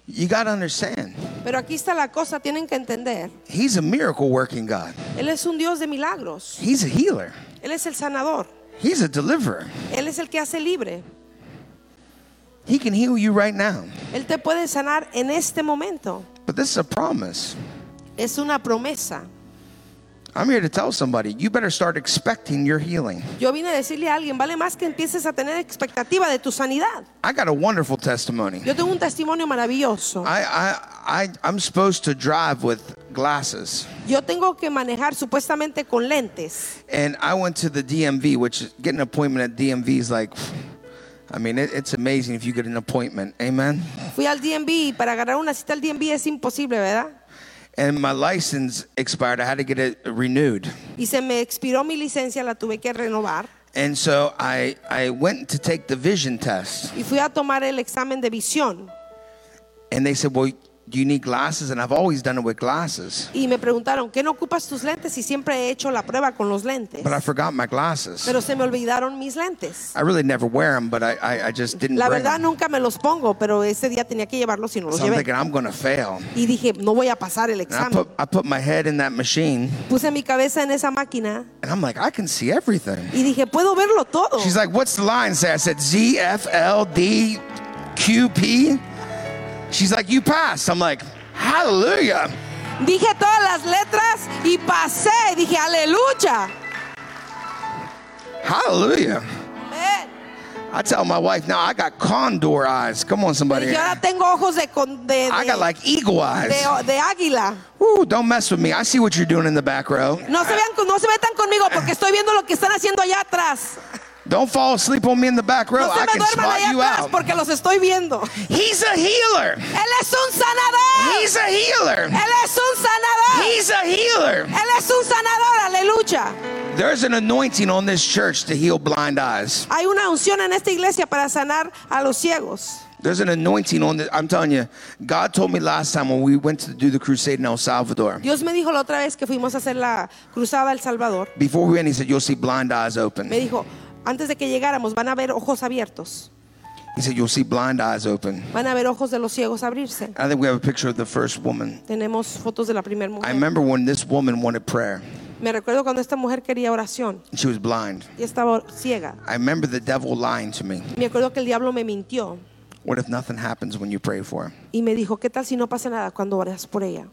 A: you got to understand.
B: Pero aquí está la cosa, tienen que entender.
A: He's a miracle working God.
B: Él es un Dios de milagros.
A: He's a healer.
B: Él es el sanador.
A: He's a deliverer.
B: Él es el que hace libre.
A: He can heal you right now.
B: Él te puede sanar en este momento.
A: But this is a promise.
B: Es una promesa.
A: I'm here to tell somebody, you better start expecting your healing.
B: Yo vine a decirle a alguien, vale más que empieces a tener expectativa de tu sanidad.
A: I got a wonderful testimony.
B: Yo tengo un testimonio maravilloso.
A: I, I, I, I'm supposed to drive with glasses.
B: Yo tengo que manejar supuestamente con lentes.
A: And I went to the DMV, which is- getting an appointment at DMV is like, I mean, it, it's amazing if you get an appointment. Amen.
B: Fui al DMV y para agarrar una cita al DMV es imposible, ¿verdad?
A: And my license expired. I had to get it renewed.
B: Y se me expiró mi licencia, la tuve que renovar.
A: And so I, I went to take the vision test.
B: Y fui a tomar el examen de visión.
A: And they said, Well, do you need glasses? And I've always done it with glasses.
B: Y me preguntaron, ¿qué no ocupas tus lentes? Y siempre he hecho la prueba con los lentes.
A: But I forgot my glasses.
B: Pero se me olvidaron mis lentes.
A: I really never wear them, but I, I, I just didn't
B: La
A: bring
B: verdad
A: 'em.
B: nunca me los pongo, pero ese día tenía que llevarlos y no los
A: So I'm
B: llevé.
A: thinking, I'm going to fail.
B: Y dije, no voy a pasar
A: And
B: el
A: I
B: examen.
A: put, I put my head in that machine,
B: Puse mi cabeza en esa máquina
A: and I'm like, I can see everything.
B: y dije, puedo verlo todo.
A: She's like, what's the line say? I said, Z F L D Q P. She's like, you passed. I'm like, hallelujah.
B: Dije todas las letras y pasé. Y dije, aleluya.
A: Hallelujah.
B: Amén.
A: I tell my wife, now I got condor eyes. Come on,
B: Le
A: somebody.
B: Dije, ahora tengo ojos de, con- de,
A: I got
B: de,
A: like eagle eyes.
B: de- de águila.
A: Ooh, don't mess with me. I see what you're doing in the back row.
B: No se, vean, con- no se metan conmigo porque estoy viendo lo que están haciendo allá atrás.
A: Don't fall asleep on me in the back row.
B: No
A: I
B: se me
A: can
B: duerman
A: spot
B: allá
A: you
B: atrás
A: out.
B: porque los estoy viendo.
A: He's a healer.
B: Él es un sanador.
A: He's a healer.
B: Él es un sanador.
A: He's a healer.
B: Él es un sanador, aleluya.
A: There's an anointing on this church to heal blind eyes.
B: Hay una unción en esta iglesia para sanar a los ciegos.
A: There's an anointing on the I'm telling you, God told me last time when we went to do the crusade in El Salvador.
B: Dios me dijo la otra vez que fuimos a hacer la cruzada a El Salvador.
A: Before we went, he said, You'll see blind eyes open.
B: Me dijo, antes de que llegáramos van a ver ojos abiertos.
A: He said, You'll see blind eyes open.
B: Van a ver ojos de los ciegos abrirse.
A: I think we have a picture of the first woman.
B: Tenemos fotos de la primera
A: I
B: mujer.
A: remember when this woman wanted prayer,
B: Me recuerdo cuando esta mujer quería oración
A: she was blind.
B: y estaba ciega.
A: I remember the devil lying to me.
B: Me acuerdo que el diablo me mintió
A: What if nothing happens when you pray for him?
B: y me dijo, ¿qué tal si no pasa nada cuando oras por ella?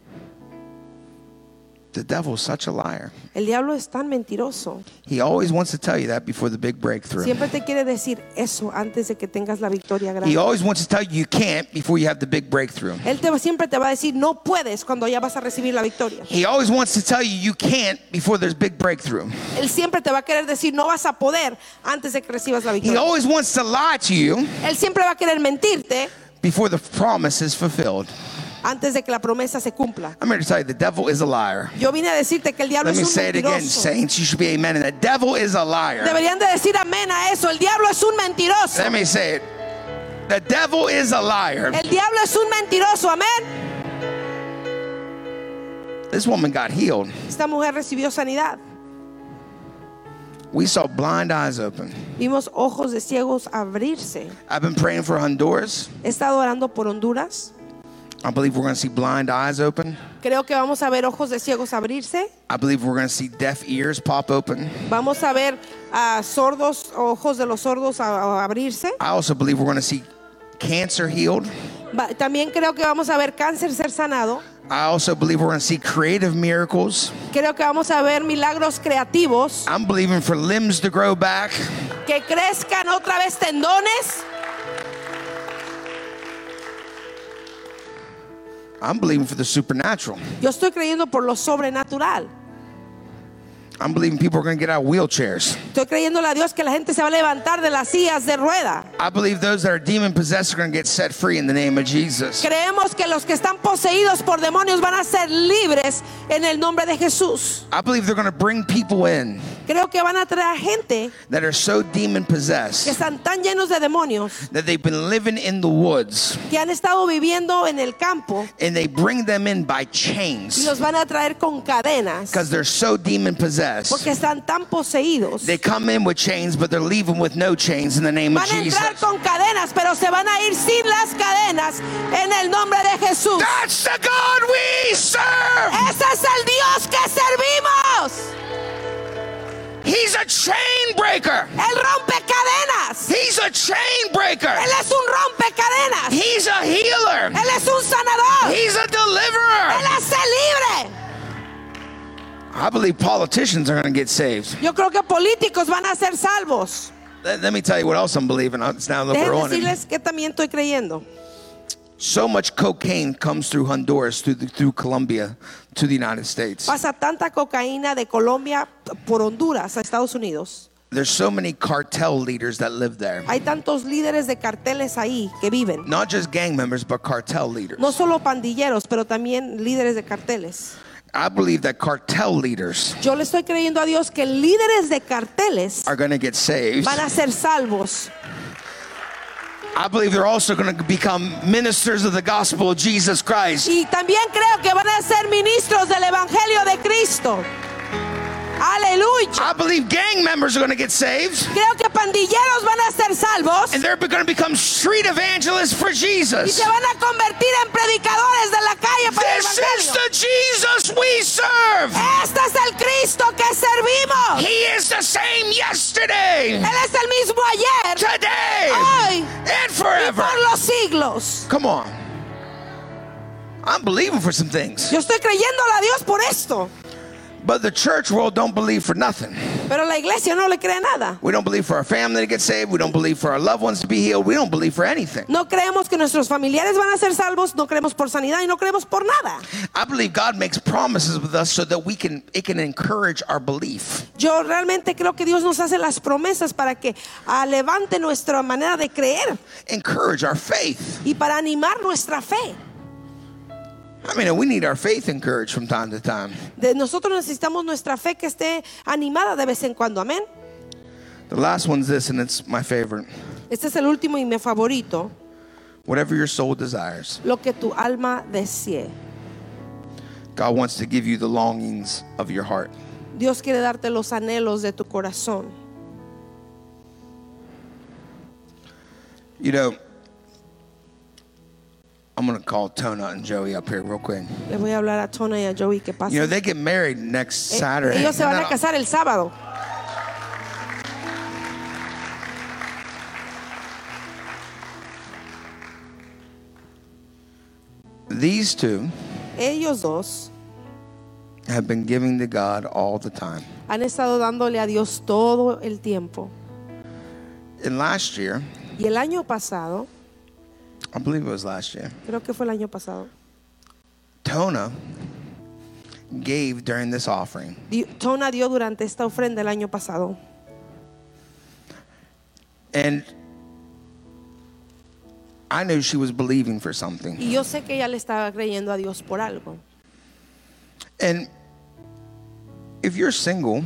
A: The devil's such a liar.
B: El diablo es tan mentiroso.
A: He always wants to tell you that before the big breakthrough.
B: Siempre te quiere decir eso antes de que tengas la victoria
A: He
B: grande.
A: always wants to tell you you can't before you have the big breakthrough.
B: Él te, siempre te va a decir, no puedes cuando ya vas a recibir la victoria.
A: He always wants to tell you you can't before there's big breakthrough.
B: Él siempre te va a querer decir, no vas a poder antes de que recibas la
A: He
B: victoria.
A: always wants to lie to you
B: Él siempre va a querer mentirte
A: before the promise is fulfilled.
B: antes de que la promesa se cumpla.
A: I'm here to tell you the devil is a liar.
B: Yo vine a decirte que el diablo
A: Let me
B: es un
A: say it again,
B: mentiroso.
A: saints. You should be amen. And the devil is a liar.
B: Deberían de decir amén a eso. El diablo es un mentiroso.
A: Let me say it. The devil is a liar.
B: El diablo es un mentiroso. Amén.
A: This woman got healed.
B: Esta mujer recibió sanidad.
A: We saw blind eyes open.
B: Vimos ojos de ciegos abrirse.
A: I've been praying for Honduras.
B: He estado orando por Honduras.
A: I believe we're going to see blind eyes open.
B: Creo que vamos a ver ojos de ciegos abrirse.
A: I believe we're going to see deaf ears pop open.
B: Vamos a ver a sordos, ojos de los sordos a- a abrirse.
A: I also believe we're going to see cancer healed.
B: Va- También creo que vamos a ver cáncer ser sanado.
A: I also believe we're going to see creative miracles.
B: Creo que vamos a ver milagros creativos.
A: I'm believing for limbs to grow back.
B: Que crezcan otra vez tendones.
A: I'm believing for the supernatural.
B: Yo estoy creyendo por lo sobrenatural.
A: I'm believing people are going to get out of wheelchairs.
B: Estoy creyéndole a Dios que la gente se va a levantar de las sillas de rueda.
A: I believe those that are demon possessed are going to get set free in the name of Jesus.
B: Creemos que los que están poseídos por demonios van a ser libres en el nombre de Jesús.
A: I believe they're going to bring people in
B: Creo que van a traer a gente
A: that are so demon
B: que
A: possessed
B: están tan llenos de demonios
A: that they've been living in the woods
B: que han estado viviendo en el campo
A: and they bring them in by
B: y
A: chains
B: los van a traer con cadenas
A: because they're so demon possessed.
B: porque están tan poseídos.
A: They come in with chains, but they're leaving with no chains in the name of
B: Van a entrar
A: Jesus.
B: con cadenas, pero se van a ir sin las cadenas en el nombre de Jesús.
A: That's the God we serve!
B: Ese es el Dios que servimos.
A: He's a chain breaker.
B: Él rompe cadenas.
A: He's a chain breaker.
B: Él es un rompe cadenas.
A: He's a healer.
B: Él es un sanador.
A: He's a
B: Él
A: deliverer.
B: hace libre.
A: I believe politicians are going to get saved.
B: Yo creo que políticos van a ser salvos.
A: Let, let me tell you what else I'm believing. on. It's now that we're
B: Déjenme
A: on it.
B: decirles que también estoy creyendo.
A: So much cocaine comes through Honduras, through, the, through Colombia, to the United States.
B: Pasa tanta cocaína de Colombia por Honduras a Estados Unidos.
A: There's so many cartel leaders that live there.
B: Hay tantos líderes de carteles ahí que viven.
A: Not just gang members, but cartel leaders.
B: No solo pandilleros, pero también líderes de carteles.
A: I believe that cartel leaders
B: Yo le estoy creyendo a Dios que líderes de carteles
A: are going to get saved.
B: van a ser salvos.
A: I believe they're also going to become ministers of the gospel of Jesus Christ.
B: Y también creo que van a ser ministros del Evangelio de Cristo. Aleluya.
A: I believe gang members are going to get saved
B: Creo que pandilleros van a ser salvos
A: and they're going to become street evangelists for
B: y
A: Jesus.
B: se van a convertir en predicadores de la calle para el
A: This is
B: Evangelio.
A: the Jesus we serve.
B: Este es el Cristo que servimos.
A: He is the same yesterday,
B: Él es el mismo ayer
A: today,
B: Hoy.
A: and
B: y
A: forever.
B: por los siglos.
A: Come on. I'm believing for some things,
B: Yo estoy creyéndole a Dios por esto.
A: but the church world don't believe for nothing.
B: Pero la iglesia no le cree nada.
A: We don't believe for our family to get saved. We don't believe for our loved ones to be healed. We don't believe for anything.
B: No creemos que nuestros familiares van a ser salvos, no creemos por sanidad y no creemos por nada.
A: I believe God makes promises with us so that we can it can encourage our belief.
B: Yo realmente creo que Dios nos hace las promesas para que ah, levante nuestra manera de creer
A: Encourage our faith.
B: y para animar nuestra fe.
A: I mean, we need our faith encouraged from time to time.
B: De nosotros necesitamos nuestra fe que esté animada de vez en cuando, amén.
A: The last one's this, and it's my favorite.
B: Este es el último y mi favorito,
A: Whatever your soul desires,
B: lo que tu alma desee.
A: God wants to give you the longings of your heart.
B: Dios quiere darte los anhelos de tu corazón.
A: You know, I'm gonna call Tona and Joey up here real quick.
B: Le voy a hablar a Tona y a Joey que
A: You know,
B: pasen.
A: they get married next
B: Eh,
A: Saturday.
B: Ellos se van
A: And
B: a
A: I-
B: casar el sábado.
A: These two
B: Ellos dos
A: have been giving to God all the time.
B: han estado dándole a Dios todo el tiempo.
A: And last year,
B: Y el año pasado,
A: I believe it was last year,
B: creo que fue el año pasado,
A: Tona gave during this offering
B: di- Tona dio durante esta ofrenda el año pasado.
A: And I knew she was believing for something.
B: Y yo sé que ella le estaba creyendo a Dios por algo.
A: And if you're single,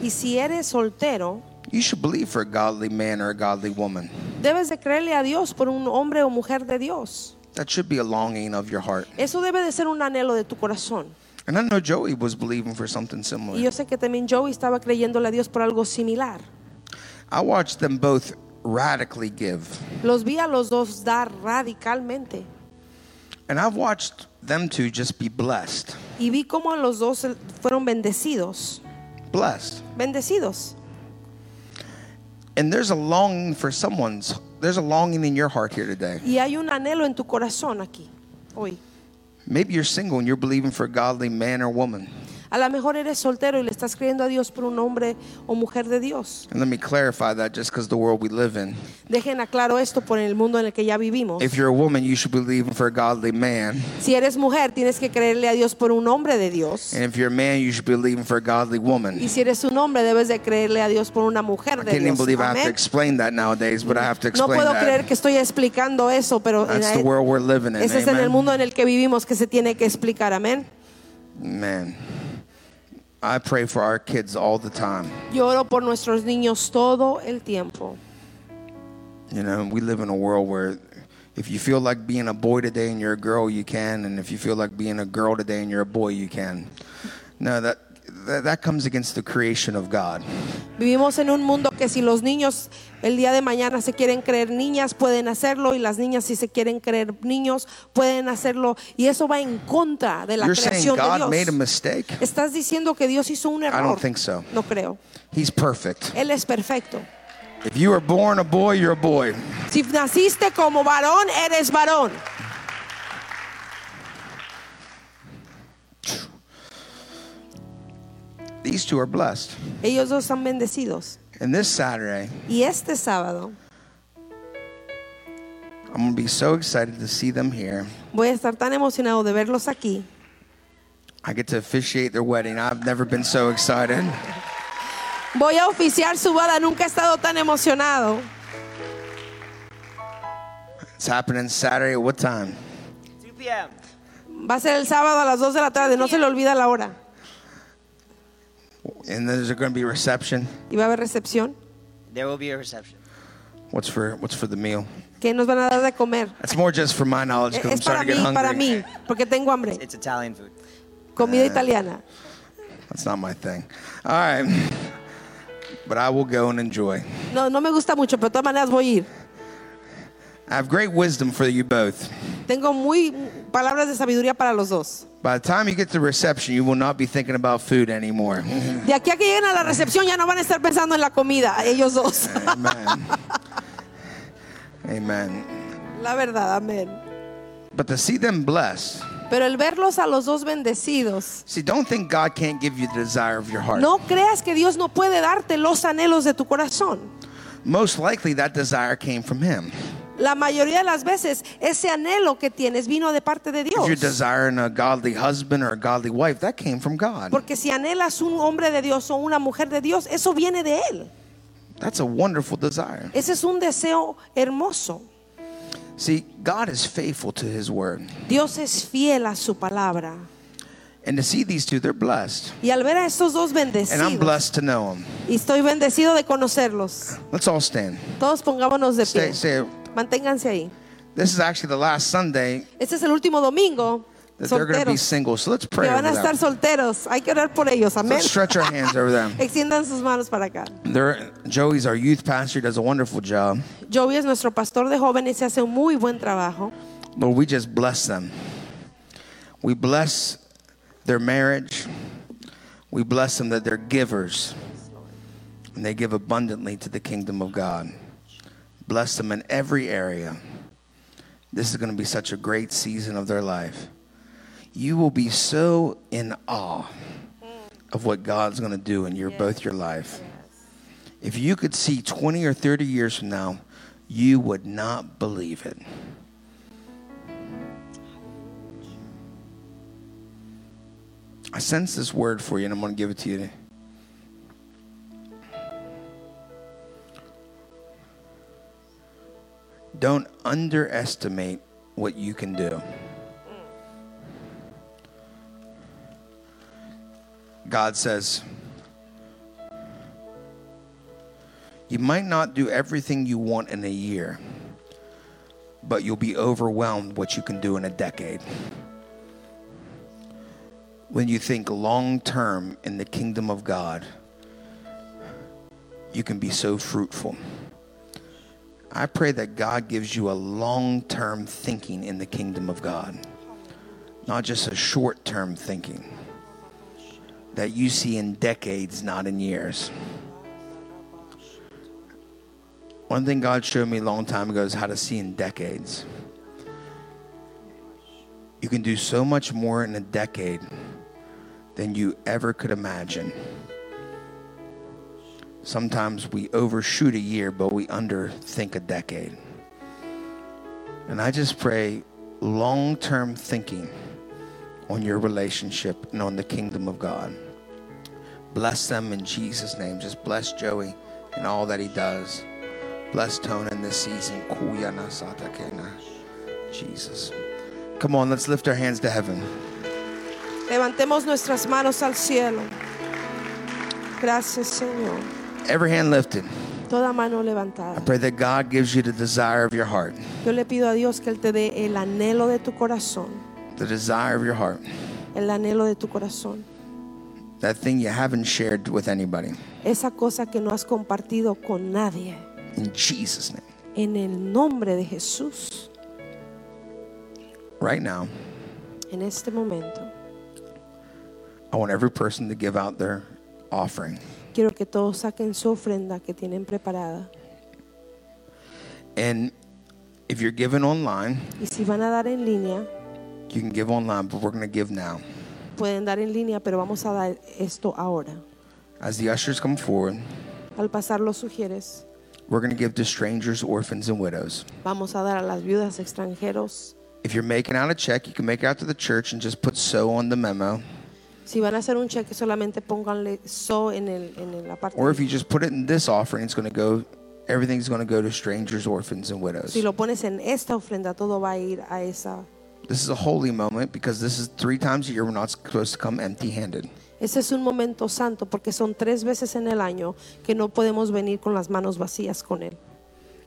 B: Y si eres soltero,
A: you should believe for a godly man or a godly woman.
B: debes de creerle a Dios por un hombre o mujer de Dios.
A: That should be a longing of your heart.
B: Eso debe de ser un anhelo de tu corazón.
A: And I know Joey was believing for something similar.
B: Y yo sé que también Joey estaba creyéndole a Dios por algo similar.
A: I watched them both radically give.
B: Los vi a los dos dar radicalmente.
A: And I've watched them two just be blessed.
B: Y vi cómo los dos fueron bendecidos.
A: Blessed.
B: Bendecidos.
A: And there's a longing for someone's, there's a longing in your heart here today.
B: Y hay un anhelo en tu corazón aquí, hoy.
A: Maybe you're single and you're believing for a godly man or woman.
B: A lo mejor eres soltero y le estás creyendo a Dios por un hombre o mujer de Dios.
A: And let me clarify that just because the world we live in.
B: Dejen aclaro esto por el mundo en el que ya vivimos.
A: If you're a woman, you should be believing for a godly man.
B: Si eres mujer, tienes que creerle a Dios por un hombre de Dios.
A: And if you're a man, you should be believing for a godly
B: Y
A: woman.
B: si eres un hombre, debes de creerle a Dios por una
A: I
B: mujer de
A: can't even
B: Dios.
A: believe I have to
B: Amén.
A: explain that nowadays, but I have to
B: No
A: explain
B: puedo creer
A: that.
B: que estoy explicando eso, pero en
A: That's
B: la-
A: the world we're living in.
B: ese es en el
A: Amen.
B: mundo en el que vivimos que se tiene que explicar. Amén.
A: Man, I pray for our kids all the time.
B: Yo oro por nuestros niños todo el tiempo.
A: You know, we live in a world where if you feel like being a boy today and you're a girl, you can. And if you feel like being a girl today and you're a boy, you can. No, that, that, that comes against the creation of God.
B: Vivimos en un mundo que si los niños el día de mañana se quieren creer niñas, pueden hacerlo, y las niñas si se quieren creer niños, pueden hacerlo, y eso va en contra de la
A: You're saying
B: creación de
A: God
B: Dios.
A: made a mistake?
B: Estás diciendo que Dios hizo un error.
A: don't think so.
B: No creo.
A: He's perfect.
B: Él es perfecto.
A: If you were born a boy, you're a boy.
B: Si naciste como varón, eres varón.
A: These two are blessed.
B: Ellos dos están bendecidos.
A: And this Saturday,
B: Y este sábado
A: I'm going to be so excited to see them here.
B: voy a estar tan emocionado de verlos aquí.
A: I get to officiate their wedding. I've never been so excited.
B: Voy a oficiar su boda. Nunca he estado tan emocionado.
A: It's happening Saturday at what time?
C: 2 p.m.
B: Va a ser el sábado a las 2 de la tarde. No se le olvida la hora.
A: And there's going to be reception.
B: Y va a haber recepción.
C: There will be a reception.
A: What's for What's for the meal?
B: ¿Qué nos van a dar de comer?
A: That's more just for my knowledge
B: Es
A: because I'm
B: Eh, es para
A: starting
B: mí,
A: to get hungry.
B: para mí, porque tengo hambre.
C: It's Italian food.
B: Comida italiana.
A: That's not my thing. All right. But I will go and enjoy.
B: No, no me gusta mucho, pero de todas maneras voy a ir.
A: I have great wisdom for you both.
B: Tengo muy palabras de sabiduría para los dos.
A: By the time you get to reception, you will not be thinking about food anymore.
B: De aquí a que lleguen a la recepción ya no van a estar pensando en la comida, ellos dos.
A: Amen. Amen.
B: La verdad, amén.
A: But to see them blessed,
B: Pero el verlos a los dos bendecidos,
A: See, don't think God can't give you the desire of your heart.
B: no creas que Dios no puede darte los anhelos de tu corazón.
A: Most likely that desire came from Him.
B: La mayoría de las veces ese anhelo que tienes vino de parte de
A: If you're
B: Dios.
A: desiring a godly husband or a godly wife, that came from God.
B: Porque si anhelas un hombre de Dios o una mujer de Dios, eso viene de Él.
A: That's a wonderful desire.
B: Ese es un deseo hermoso.
A: See, God is faithful to His word.
B: Dios es fiel a su palabra.
A: And to see these two, they're blessed.
B: Y al ver a estos dos
A: And I'm
B: bendecidos,
A: blessed to know them.
B: y estoy bendecido de conocerlos,
A: Let's all stand.
B: todos pongámonos de
A: Stay,
B: pie.
A: stay.
B: Manténganse ahí.
A: This is actually the last Sunday
B: Este es el último domingo
A: that they're going to be
B: solteros,
A: single. So let's pray
B: que van a
A: over
B: estar
A: them.
B: solteros. Hay que orar por ellos. Amén.
A: Let's stretch our hands over them.
B: Extiendan sus manos para acá.
A: They're, Joey's our youth pastor, does a wonderful job.
B: Joey es nuestro pastor de jóvenes y hace un muy buen trabajo.
A: Lord, we just bless them. We bless their marriage. We bless them that they're givers and they give abundantly to the kingdom of God. Bless them in every area. This is going to be such a great season of their life. You will be so in awe of what God's going to do in your both your life. If you could see 20 or 30 years from now, you would not believe it. I sense this word for you, and I'm going to give it to you. today. Don't underestimate what you can do. God says, You might not do everything you want in a year, but you'll be overwhelmed what you can do in a decade when you think long term in the kingdom of God, you can be so fruitful. I pray that God gives you a long term thinking in the kingdom of God, not just a short term thinking that you see in decades, not in years. One thing God showed me a long time ago is how to see in decades. You can do so much more in a decade than you ever could imagine. Sometimes we overshoot a year, but we underthink a decade. And I just pray long term thinking on your relationship and on the kingdom of God. Bless them in Jesus' name. Just bless Joey and all that he does. Bless Tona in this season. Kuyana satakena. Jesus. Come on, let's lift our hands to heaven.
B: Levantemos nuestras manos al cielo. Gracias, Señor.
A: Every hand lifted.
B: Toda mano levantada.
A: Pray that God gives you the desire of your heart.
B: Yo le pido a Dios que Él te dé el anhelo de tu corazón.
A: The desire of your heart.
B: El anhelo de tu corazón.
A: That thing you haven't shared with anybody.
B: Esa cosa que no has compartido con nadie.
A: In Jesus' name.
B: En el nombre de Jesús.
A: Right now,
B: En este momento.
A: I want every person to give out their offering.
B: Quiero que todos saquen su ofrenda que tienen preparada.
A: And if you're giving online,
B: Y si van a dar en línea,
A: you can give online, but we're going to give now.
B: pueden dar en línea, pero vamos a dar esto ahora.
A: As the ushers come forward,
B: Al pasar los sugieres,
A: we're going to give to strangers, orphans, and widows.
B: vamos a dar a las viudas extranjeros.
A: If you're making out a check, you can make it out to the church and just put so on the memo.
B: Si van a hacer un cheque, solamente pónganle so en el en el- la parte.
A: Or if you just put it in this offering, it's going to go, everything's going to go to strangers, orphans, and widows.
B: Si lo pones en esta ofrenda, todo va a ir a esa.
A: This is a holy moment because this is three times a year we're not supposed to come empty handed.
B: Ese es un momento santo porque son tres veces en el año que no podemos venir con las manos vacías con él.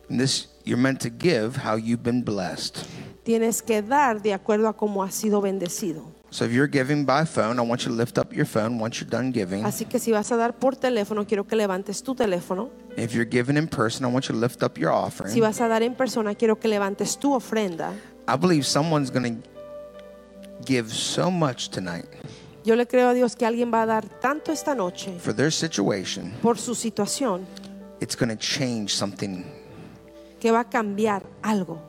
A: And this, you're meant to give how you've been blessed.
B: Tienes que dar de acuerdo a cómo has sido bendecido.
A: So if you're giving by phone, I want you to lift up your phone once you're done giving.
B: Así que si vas a dar por teléfono, quiero que levantes tu teléfono.
A: If you're giving in person, I want you to lift up your
B: Si
A: offering.
B: vas a dar en persona, quiero que levantes tu ofrenda.
A: I believe someone's going to give so much tonight
B: Yo le creo a Dios que alguien va a dar tanto esta noche
A: for their situation,
B: por su situación
A: it's going to change something.
B: que va a cambiar algo.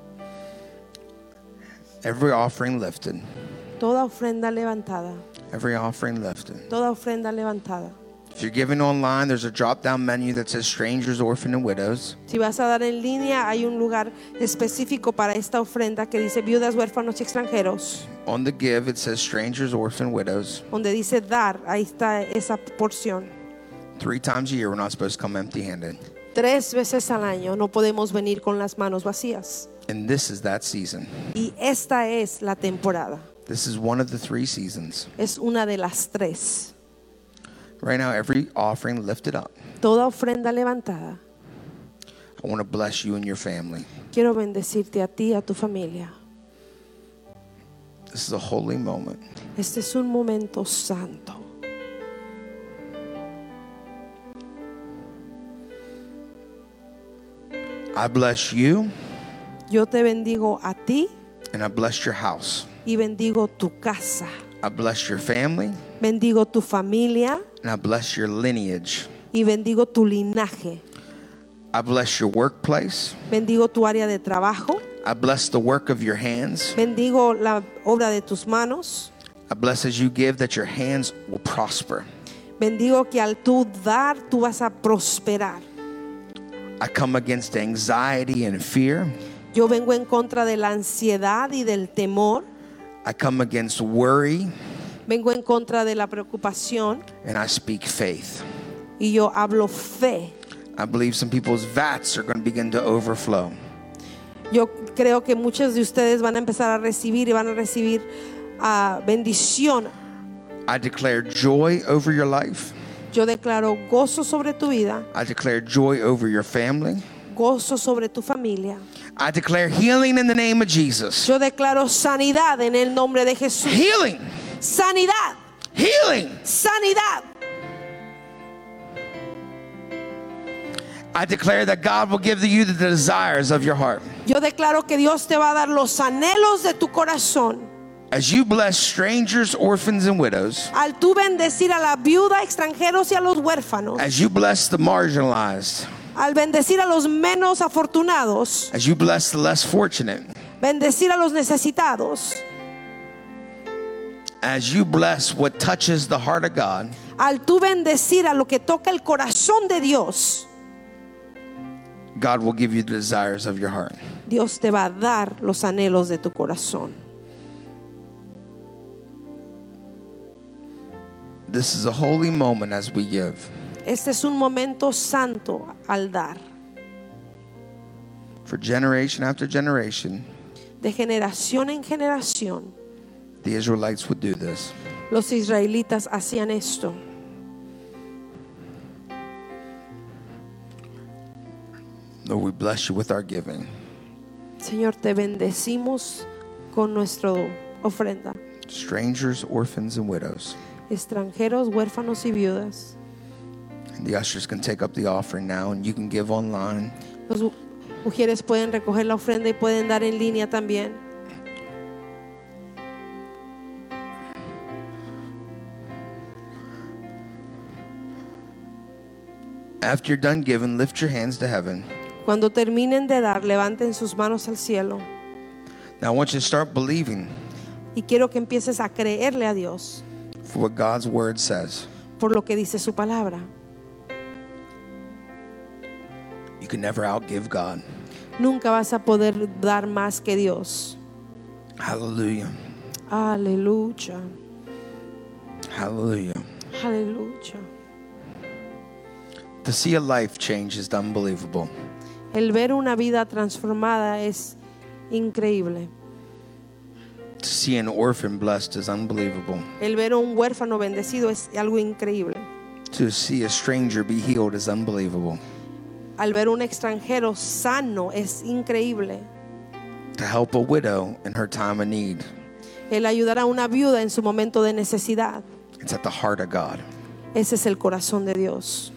A: Every offering lifted.
B: toda ofrenda levantada,
A: every offering lifted.
B: toda ofrenda levantada.
A: If you're giving online, there's a drop down menu that says strangers, orphan, and widows.
B: Si vas a dar en línea, hay un lugar específico para esta ofrenda que dice viudas, huérfanos y extranjeros,
A: On the give, it says strangers, orphan, widows.
B: donde dice dar, ahí está esa porción.
A: Three times a year, we're not supposed to come empty handed.
B: Tres veces al año no podemos venir con las manos vacías.
A: And this is that season.
B: Y esta es la temporada,
A: This is one of the three seasons.
B: es una de las tres.
A: Right now, every offering lifted up.
B: Toda ofrenda levantada.
A: I want to bless you and your family.
B: Quiero bendecirte a ti y a tu familia.
A: This is a holy moment.
B: Este es un momento santo.
A: I bless you
B: Yo te bendigo a ti
A: and I bless your house.
B: y bendigo tu casa.
A: I bless your family
B: Bendigo tu familia
A: and I bless your lineage.
B: y bendigo tu linaje.
A: I bless your workplace.
B: Bendigo tu área de trabajo.
A: I bless the work of your hands.
B: Bendigo la obra de tus manos.
A: I bless as you give that your hands will prosper.
B: Bendigo que al tú dar, tú vas a prosperar.
A: I come against anxiety and fear.
B: Yo vengo en contra de la ansiedad y del temor.
A: I come against worry
B: Vengo en contra de la preocupación
A: and I speak faith.
B: y yo hablo fe.
A: I believe some people's vats are going to begin to overflow.
B: Yo creo que muchos de ustedes van a empezar a recibir y van a recibir ah, bendición.
A: I declare joy over your life.
B: Yo declaro gozo sobre tu vida,
A: I declare joy over your family.
B: gozo sobre tu familia.
A: I declare healing in the name of Jesus.
B: Yo declaro sanidad en el nombre de Jesús.
A: Healing,
B: Sanidad,
A: healing.
B: sanidad.
A: I declare that God will give you the desires of your heart.
B: Yo declaro que Dios te va a dar los anhelos de tu corazón.
A: As you bless strangers, orphans, and widows,
B: Al tú bendecir a la viuda, extranjeros y a los huérfanos,
A: as you bless the marginalized,
B: al bendecir a los menos afortunados,
A: as you bless the less fortunate,
B: bendecir a los necesitados,
A: as you bless what touches the heart of God,
B: al tú bendecir a lo que toca el corazón de Dios,
A: God will give you the desires of your heart.
B: Dios te va a dar los anhelos de tu corazón.
A: This is a holy moment as we give.
B: Este es un momento santo al dar,
A: For generation after generation,
B: de generación en generación.
A: the Israelites would do this.
B: Los israelitas hacían esto.
A: Lord, we bless you with our giving.
B: Señor, te bendecimos con nuestra ofrenda.
A: Strangers, orphans, and widows.
B: Extranjeros, huérfanos y viudas.
A: The ushers can take up the offering now and you can give online.
B: Las mu- mujeres pueden recoger la ofrenda y pueden dar en línea también.
A: After you're done giving, lift your hands to heaven.
B: Cuando terminen de dar, levanten sus manos al cielo.
A: Now I want you to start believing
B: Y quiero que empieces a creerle a Dios
A: for what God's word says.
B: por lo que dice su palabra.
A: You can never outgive God.
B: Nunca vas a poder dar más que Dios.
A: Hallelujah.
B: Aleluya.
A: Hallelujah.
B: Aleluya.
A: To see a life change is unbelievable.
B: El ver una vida transformada es increíble.
A: To see an orphan blessed is unbelievable.
B: El ver a un huérfano bendecido es algo increíble.
A: To see a stranger be healed is unbelievable.
B: Al ver un extranjero sano es increíble.
A: To help a widow in her time of need,
B: El ayudar a una viuda en su momento de necesidad.
A: it's at the heart of God.
B: Ese es el corazón de Dios.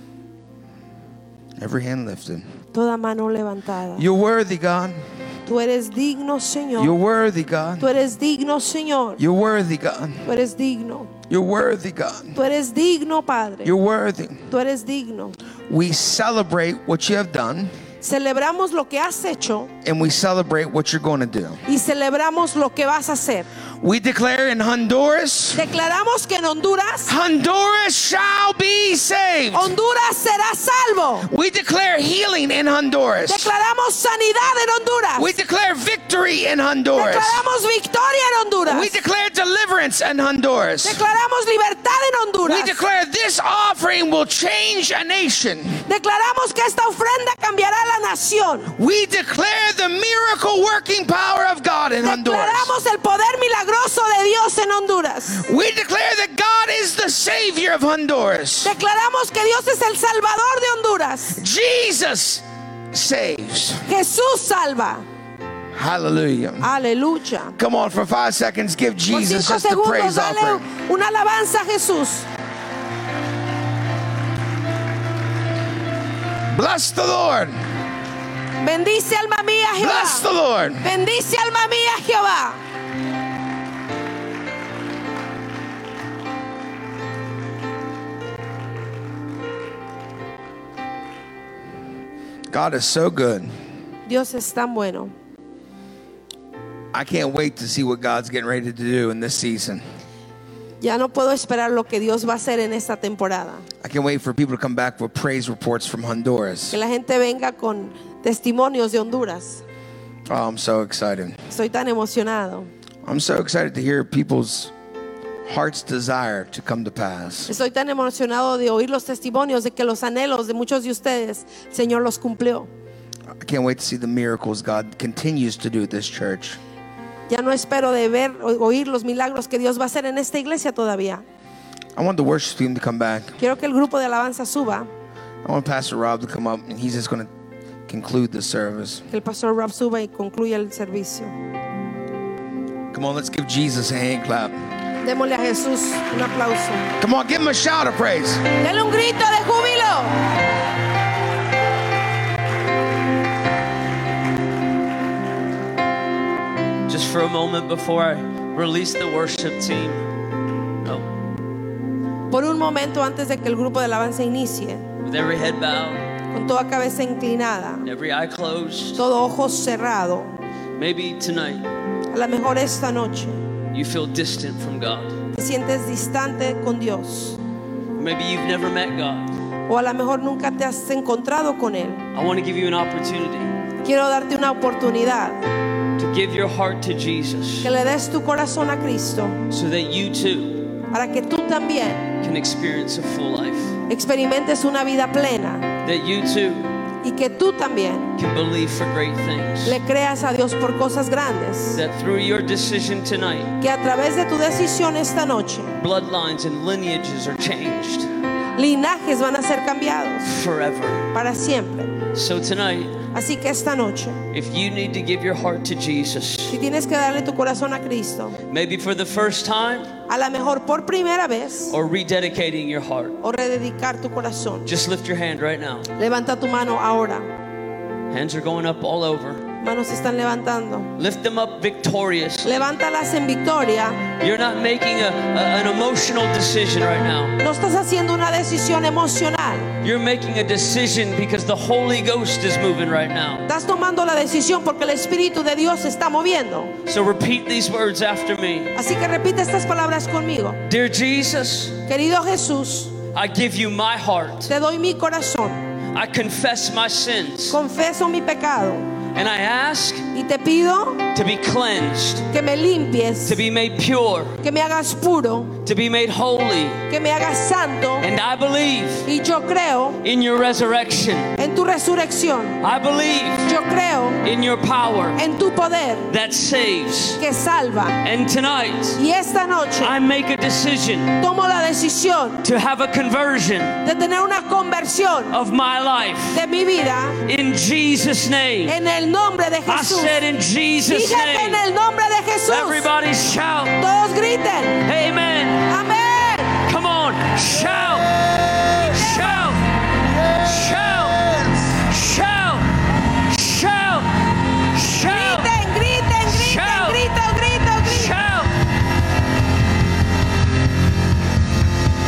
A: Every hand lifted.
B: Toda mano levantada.
A: You're worthy, God.
B: Tú eres digno,
A: You're
B: Señor.
A: worthy, God.
B: Tú eres digno, Señor.
A: You're worthy, God.
B: Tú eres digno.
A: You're worthy, God.
B: Tú eres digno, Padre.
A: You're worthy.
B: Tú eres digno.
A: We celebrate what you have done
B: Celebramos lo que has hecho
A: and we celebrate what you're going to do.
B: y celebramos lo que vas a hacer.
A: We declare in Honduras,
B: Declaramos que en Honduras,
A: Honduras shall be saved.
B: Honduras será salvo.
A: We declare healing in Honduras.
B: Declaramos sanidad en Honduras.
A: We declare victory in Honduras.
B: Declaramos victoria en Honduras.
A: We declare deliverance in Honduras.
B: Declaramos libertad en
A: We
B: Honduras.
A: declare this offering will change a nation.
B: Declaramos que esta ofrenda cambiará la nación.
A: We declare the miracle working power of God in Honduras.
B: Declaramos el poder milagroso de Dios en Honduras.
A: We declare that God is the Savior of Honduras.
B: Declaramos que Dios es el Salvador de Honduras.
A: Jesus saves.
B: Jesús salva.
A: Hallelujah.
B: Aleluya.
A: Come on, for five seconds, give
B: Por
A: Jesus
B: cinco
A: just the
B: segundos,
A: praise
B: dale
A: offering.
B: una alabanza a Jesús.
A: Bless the Lord.
B: Bendice alma mía
A: Bless the
B: Jehová.
A: Lord.
B: Bendice alma mía Jehová.
A: God is so good.
B: Dios es tan bueno.
A: I can't wait to see what God's getting ready to do in this season.
B: Ya no puedo esperar lo que Dios va a hacer en esta temporada.
A: I can't wait for people to come back with praise reports from Honduras.
B: Que la gente venga con testimonios de Honduras.
A: Oh, I'm so excited.
B: Estoy tan emocionado.
A: I'm so excited to hear people's heart's desire to come to pass.
B: Estoy tan emocionado de oír los testimonios de que los anhelos de muchos de ustedes, el Señor los cumplió.
A: I can't wait to see the miracles God continues to do at this church.
B: Ya no espero de ver o oír los milagros que Dios va a hacer en esta iglesia todavía.
A: I want the worship team to come back.
B: Quiero que el grupo de alabanza suba,
A: I want Pastor Rob to come up, and he's just going to conclude the service.
B: que el pastor Rob suba y concluya el servicio.
A: Come on, let's give Jesus a hand clap.
B: Démosle a Jesús un aplauso.
A: Come on, give him a shout of praise.
B: Dale un grito de júbilo.
D: just for a moment before I release the worship team. Oh,
B: Por un momento antes de que el grupo de alabanza inicie,
D: with every head bowed,
B: con toda cabeza inclinada,
D: every eye closed,
B: todo ojo cerrado,
D: maybe tonight
B: a lo mejor esta noche
D: you feel distant from God.
B: te sientes distante con Dios
D: Maybe you've never met God.
B: o a lo mejor nunca te has encontrado con Él.
D: I want to give you an opportunity
B: Quiero darte una oportunidad,
D: to give your heart to Jesus
B: que le des tu corazón a Cristo
D: so that you too
B: para que tú también
D: can experience a full life,
B: experimentes una vida plena
D: that you too
B: y que tú también
D: can believe for great things,
B: le creas a Dios por cosas grandes.
D: that through your decision tonight,
B: Que a través de tu decisión esta noche,
D: bloodlines and lineages are changed
B: linajes van a ser cambiados
D: forever.
B: para siempre.
D: So tonight,
B: Así que esta noche,
D: If you need to give your heart to Jesus,
B: si tienes que darle tu corazón a Cristo,
D: maybe for the first time
B: a lo mejor por primera vez,
D: or rededicating your heart,
B: o rededicar tu corazón,
D: just lift your hand right now.
B: levanta tu mano ahora.
D: Hands are going up all over.
B: Manos se están levantando.
D: Lift them up victoriously.
B: Levántalas en victoria.
D: You're not making a, a- an emotional decision right now.
B: No estás haciendo una decisión emocional.
D: You're making a decision because the Holy Ghost is moving right now.
B: Estás tomando la decisión porque el Espíritu de Dios se está moviendo.
D: So repeat these words after me.
B: Así que repite estas palabras conmigo.
D: Dear Jesus,
B: Querido Jesús,
D: I give you my heart.
B: te doy mi corazón.
D: I confess my sins.
B: Confeso mi pecado
D: And I ask
B: y te pido
D: to be cleansed,
B: que me limpies,
D: to be made pure,
B: que me hagas puro,
D: to be made holy.
B: que me hagas santo.
D: And I believe
B: Y yo creo
D: in your resurrection.
B: en tu resurrección.
D: I believe
B: Yo creo
D: in your power
B: en tu poder
D: that saves.
B: que salva.
D: And tonight,
B: Y esta noche
D: I make a decision
B: tomo la decisión
D: to have a conversion
B: de tener una conversión
D: of my life.
B: de mi vida
D: In Jesus' name.
B: En el nombre de
D: I
B: Jesús.
D: said in Jesus'
B: Dígate en
D: name.
B: el nombre de Jesús.
D: Everybody shout.
B: Todos griten.
D: Amen.
B: Amén.
D: Come on. Shout. Shout. Shout. Shout. Shout. Shout.
B: Griten, griten, griten,
D: Shout.
B: griten, griten, griten.
D: Shout!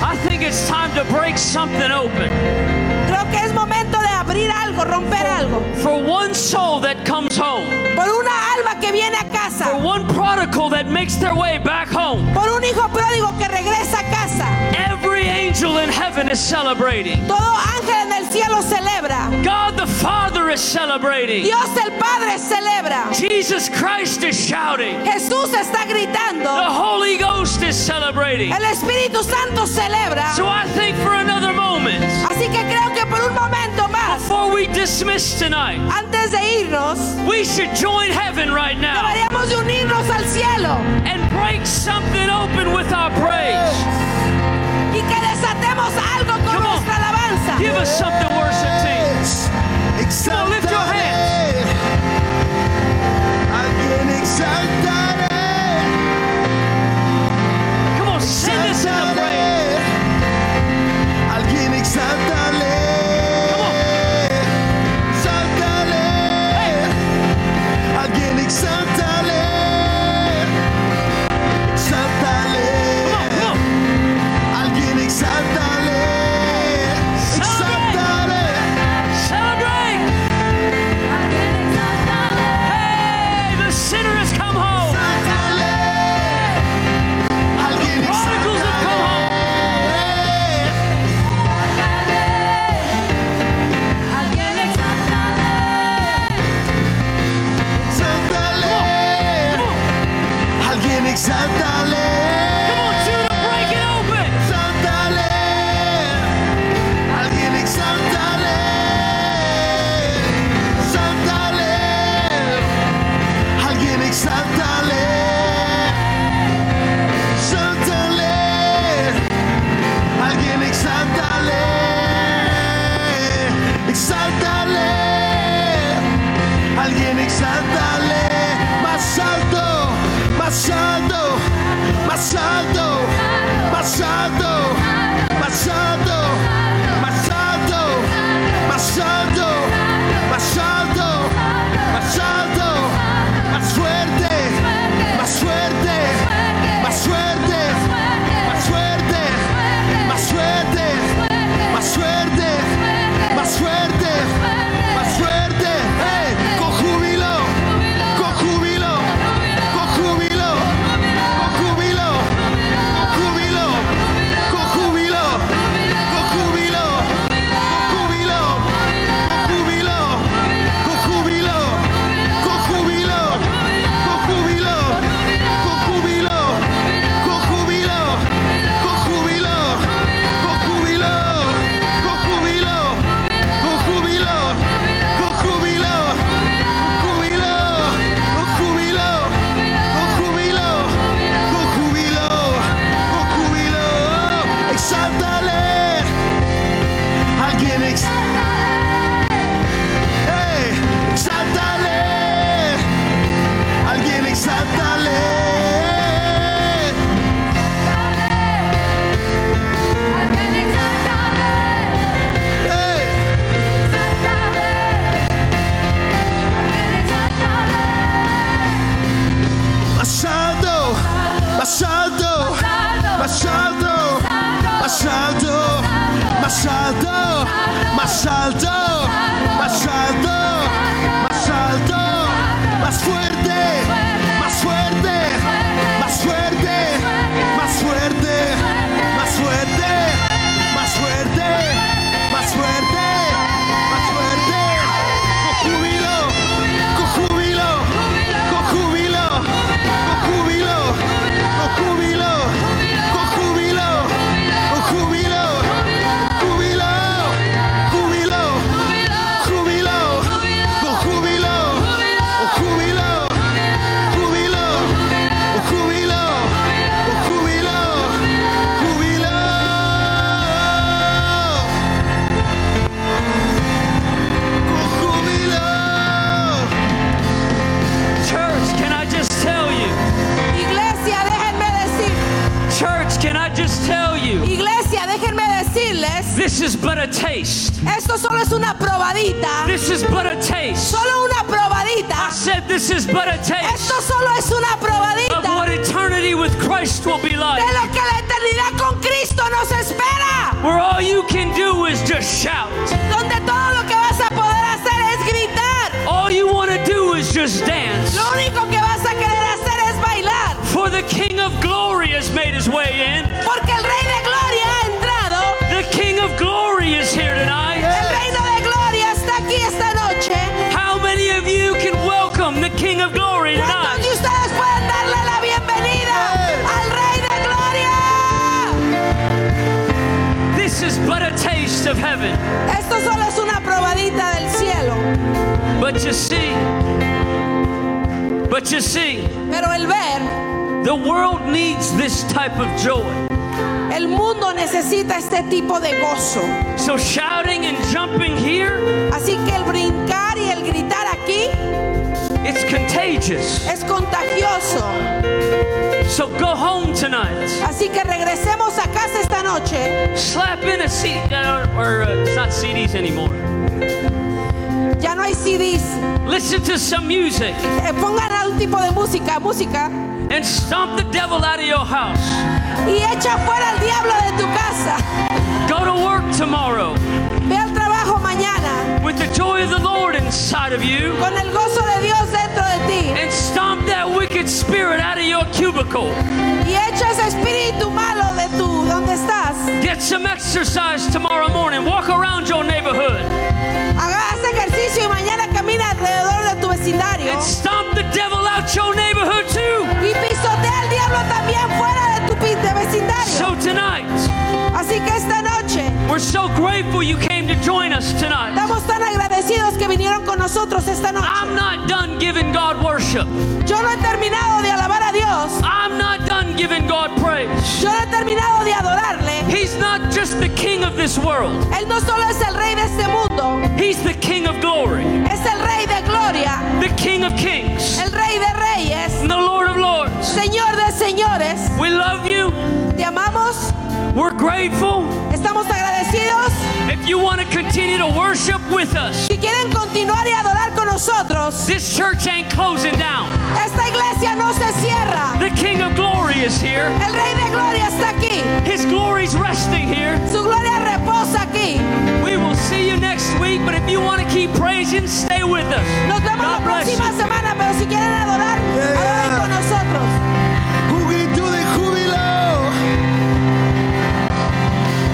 D: I think it's time to break something open
B: Creo que es momento de abrir algo, romper algo.
D: for one soul that comes home.
B: Por una alma que viene a
D: For
B: casa,
D: one prodigal that makes their way back home,
B: por un hijo pródigo que regresa a casa.
D: every angel in heaven is celebrating.
B: Todo ángel en el cielo celebra.
D: God the Father is celebrating.
B: Dios el Padre celebra.
D: Jesus Christ is shouting.
B: Jesús está
D: The
B: gritando.
D: Holy Ghost is celebrating.
B: El Espíritu Santo celebra.
D: So I think for another moment,
B: Así que creo que por un momento más,
D: before we dismiss tonight,
B: antes de irnos,
D: we should join heaven right now
B: deberíamos de unirnos al cielo
D: and break something open with our praise.
B: y que desatemos algo con
D: Come on.
B: nuestra alabanza.
D: Give us something, worship team.
E: Yes.
D: on, lift your
E: Exaltaré. A quien exaltaré.
D: Come on, send this in the praise.
E: Exaltaré. Al quien exaltaré.
D: Come on,
E: Exaltaré. A quien exaltaré.
D: come on,
E: Exaltaré.
D: come on.
E: Alguien exaltale, exaltale,
D: Celebrate. Hey, the sinner has come home.
E: exaltale. Alguien
D: Prodigals have come
E: exaltale,
D: home. Come on,
E: exaltale. Alguien exaltale,
D: come on, Judah, break it open.
E: exaltale. Alguien exaltale, exaltale. Alguien exaltale. Exaltale, alguien exaltale, exaltale, alguien exaltale, más alto, más alto, más alto, más alto, más alto, más alto, más alto, más alto, más alto, más fuerte, más fuerte, más fuerte más fuerte, más fuerte, más fuerte, más fuerte, más fuerte, ¡Ey! con júbilo, con júbilo, con júbilo, con júbilo, con júbilo, con júbilo, con júbilo, con júbilo, con júbilo, con júbilo, con júbilo, con júbilo, con júbilo, con júbilo con júbilo, con júbilo, con júbilo, con júbilo, con júbilo, con júbilo, con júbilo, con júbilo, con júbilo, con júbilo, exaltale, alguien exaltale, exaltale, alguien exaltale. ¡Ey! Más alto, más alto, más alto, más alto, más alto, más alto, más alto, más alto, más fuerte, más fuerte, más fuerte, más fuerte, más fuerte, más fuerte, más fuerte, más fuerte, con júbilo, con júbilo, con júbilo, con júbilo, con júbilo, con júbilo, con júbilo, júbilo, júbilo, júbilo, con júbilo, con júbilo, júbilo, con júbilo, con júbilo, júbilo. Con júbilo.
D: Church, can I just tell you?
B: Iglesia, déjenme decir,
D: Church, can I just tell you?
B: iglesia, déjenme decirles,
D: This is but a taste.
B: esto solo es una probadita,
D: This is but a taste.
B: solo una probadita.
D: I said this is but a taste
B: Esto solo es una
D: of what
B: probadita
D: eternity with Christ will be
B: de
D: like.
B: lo que la eternidad con Cristo nos espera,
D: Where all you can do is just shout.
B: donde todo lo que vas a poder hacer es gritar.
D: All you want to do is just just dance.
B: Lo único que vas a querer hacer es bailar,
D: For the King of Glory has made his way in.
B: porque el Rey de Gloria ha entrado.
D: The King of Glory is here tonight.
B: El Reino de Gloria está aquí esta noche.
D: How many of you can welcome the King of Glory
B: ¿Cuántos
D: tonight?
B: de ustedes pueden darle la bienvenida al Rey de Gloria?
D: This is but a taste of heaven.
B: Esto solo es una probadita del cielo,
D: But you see, but you see,
B: pero el ver,
D: the world needs this type of joy.
B: el mundo necesita este tipo de gozo.
D: So shouting and jumping here,
B: Así que el brincar y el gritar aquí
D: it's contagious.
B: es contagioso.
D: So go home tonight.
B: Así que regresemos a casa esta noche.
D: Slap in a seat, uh, or uh, it's not CDs anymore.
B: Ya no hay CDs.
D: Listen to some music
B: Eh, Pongan algún tipo de música, música.
D: and stomp the devil out of your house.
B: Y echa fuera al diablo de tu casa.
D: Go to work tomorrow
B: Ve al trabajo mañana
D: with the joy of the Lord inside of you
B: con el gozo de Dios dentro de
D: and stomp that wicked spirit out of your cubicle.
B: ti y echa ese espíritu malo de tu donde estás.
D: Get some exercise tomorrow morning. Walk around your neighborhood
B: Haga haz ejercicio y mañana camina alrededor de tu vecindario
D: and stomp the devil out your neighborhood too.
B: y pisotea al diablo también fuera de tu pi- de vecindario.
D: So tonight,
B: Así que esta noche
D: we're so grateful you came to join us tonight.
B: estamos tan agradecidos que vinieron con nosotros esta
D: I'm
B: noche.
D: not done giving God worship.
B: Yo no he terminado de alabar a Dios.
D: I'm not done giving God praise.
B: Yo no he terminado de adorarle.
D: He's not just the king of this world.
B: Él no solo es el rey de este mundo,
D: He's the king of glory,
B: es el rey de gloria,
D: the king of kings,
B: el rey de reyes.
D: and the lord of lords.
B: Señor de señores,
D: We love you.
B: te amamos,
D: We're grateful.
B: estamos agradecidos.
D: If you want to continue to worship with us,
B: Si quieren continuar y adorar con nosotros,
D: this church ain't closing down.
B: esta iglesia no se cierra.
D: The King of Glory is here.
B: El Rey de Gloria está aquí.
D: His glory's resting here.
B: Su gloria reposa aquí.
D: We will see you next week, but if you want to keep praising, stay with us.
B: Nos vemos
D: God
B: la
D: bless
B: próxima
D: you.
B: semana, pero si quieren adorar, adoren con nosotros.
E: juguito de júbilo.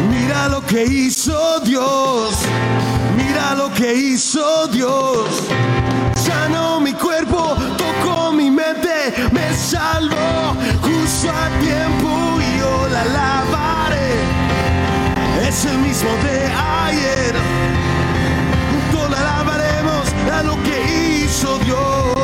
E: Mira lo que hizo Dios, mira lo que hizo Dios. Sanó mi cuerpo, tocó mi mente, me salvó justo a tiempo y yo la alabaré. Es el mismo de ayer, juntos la alabaremos a lo que hizo Dios.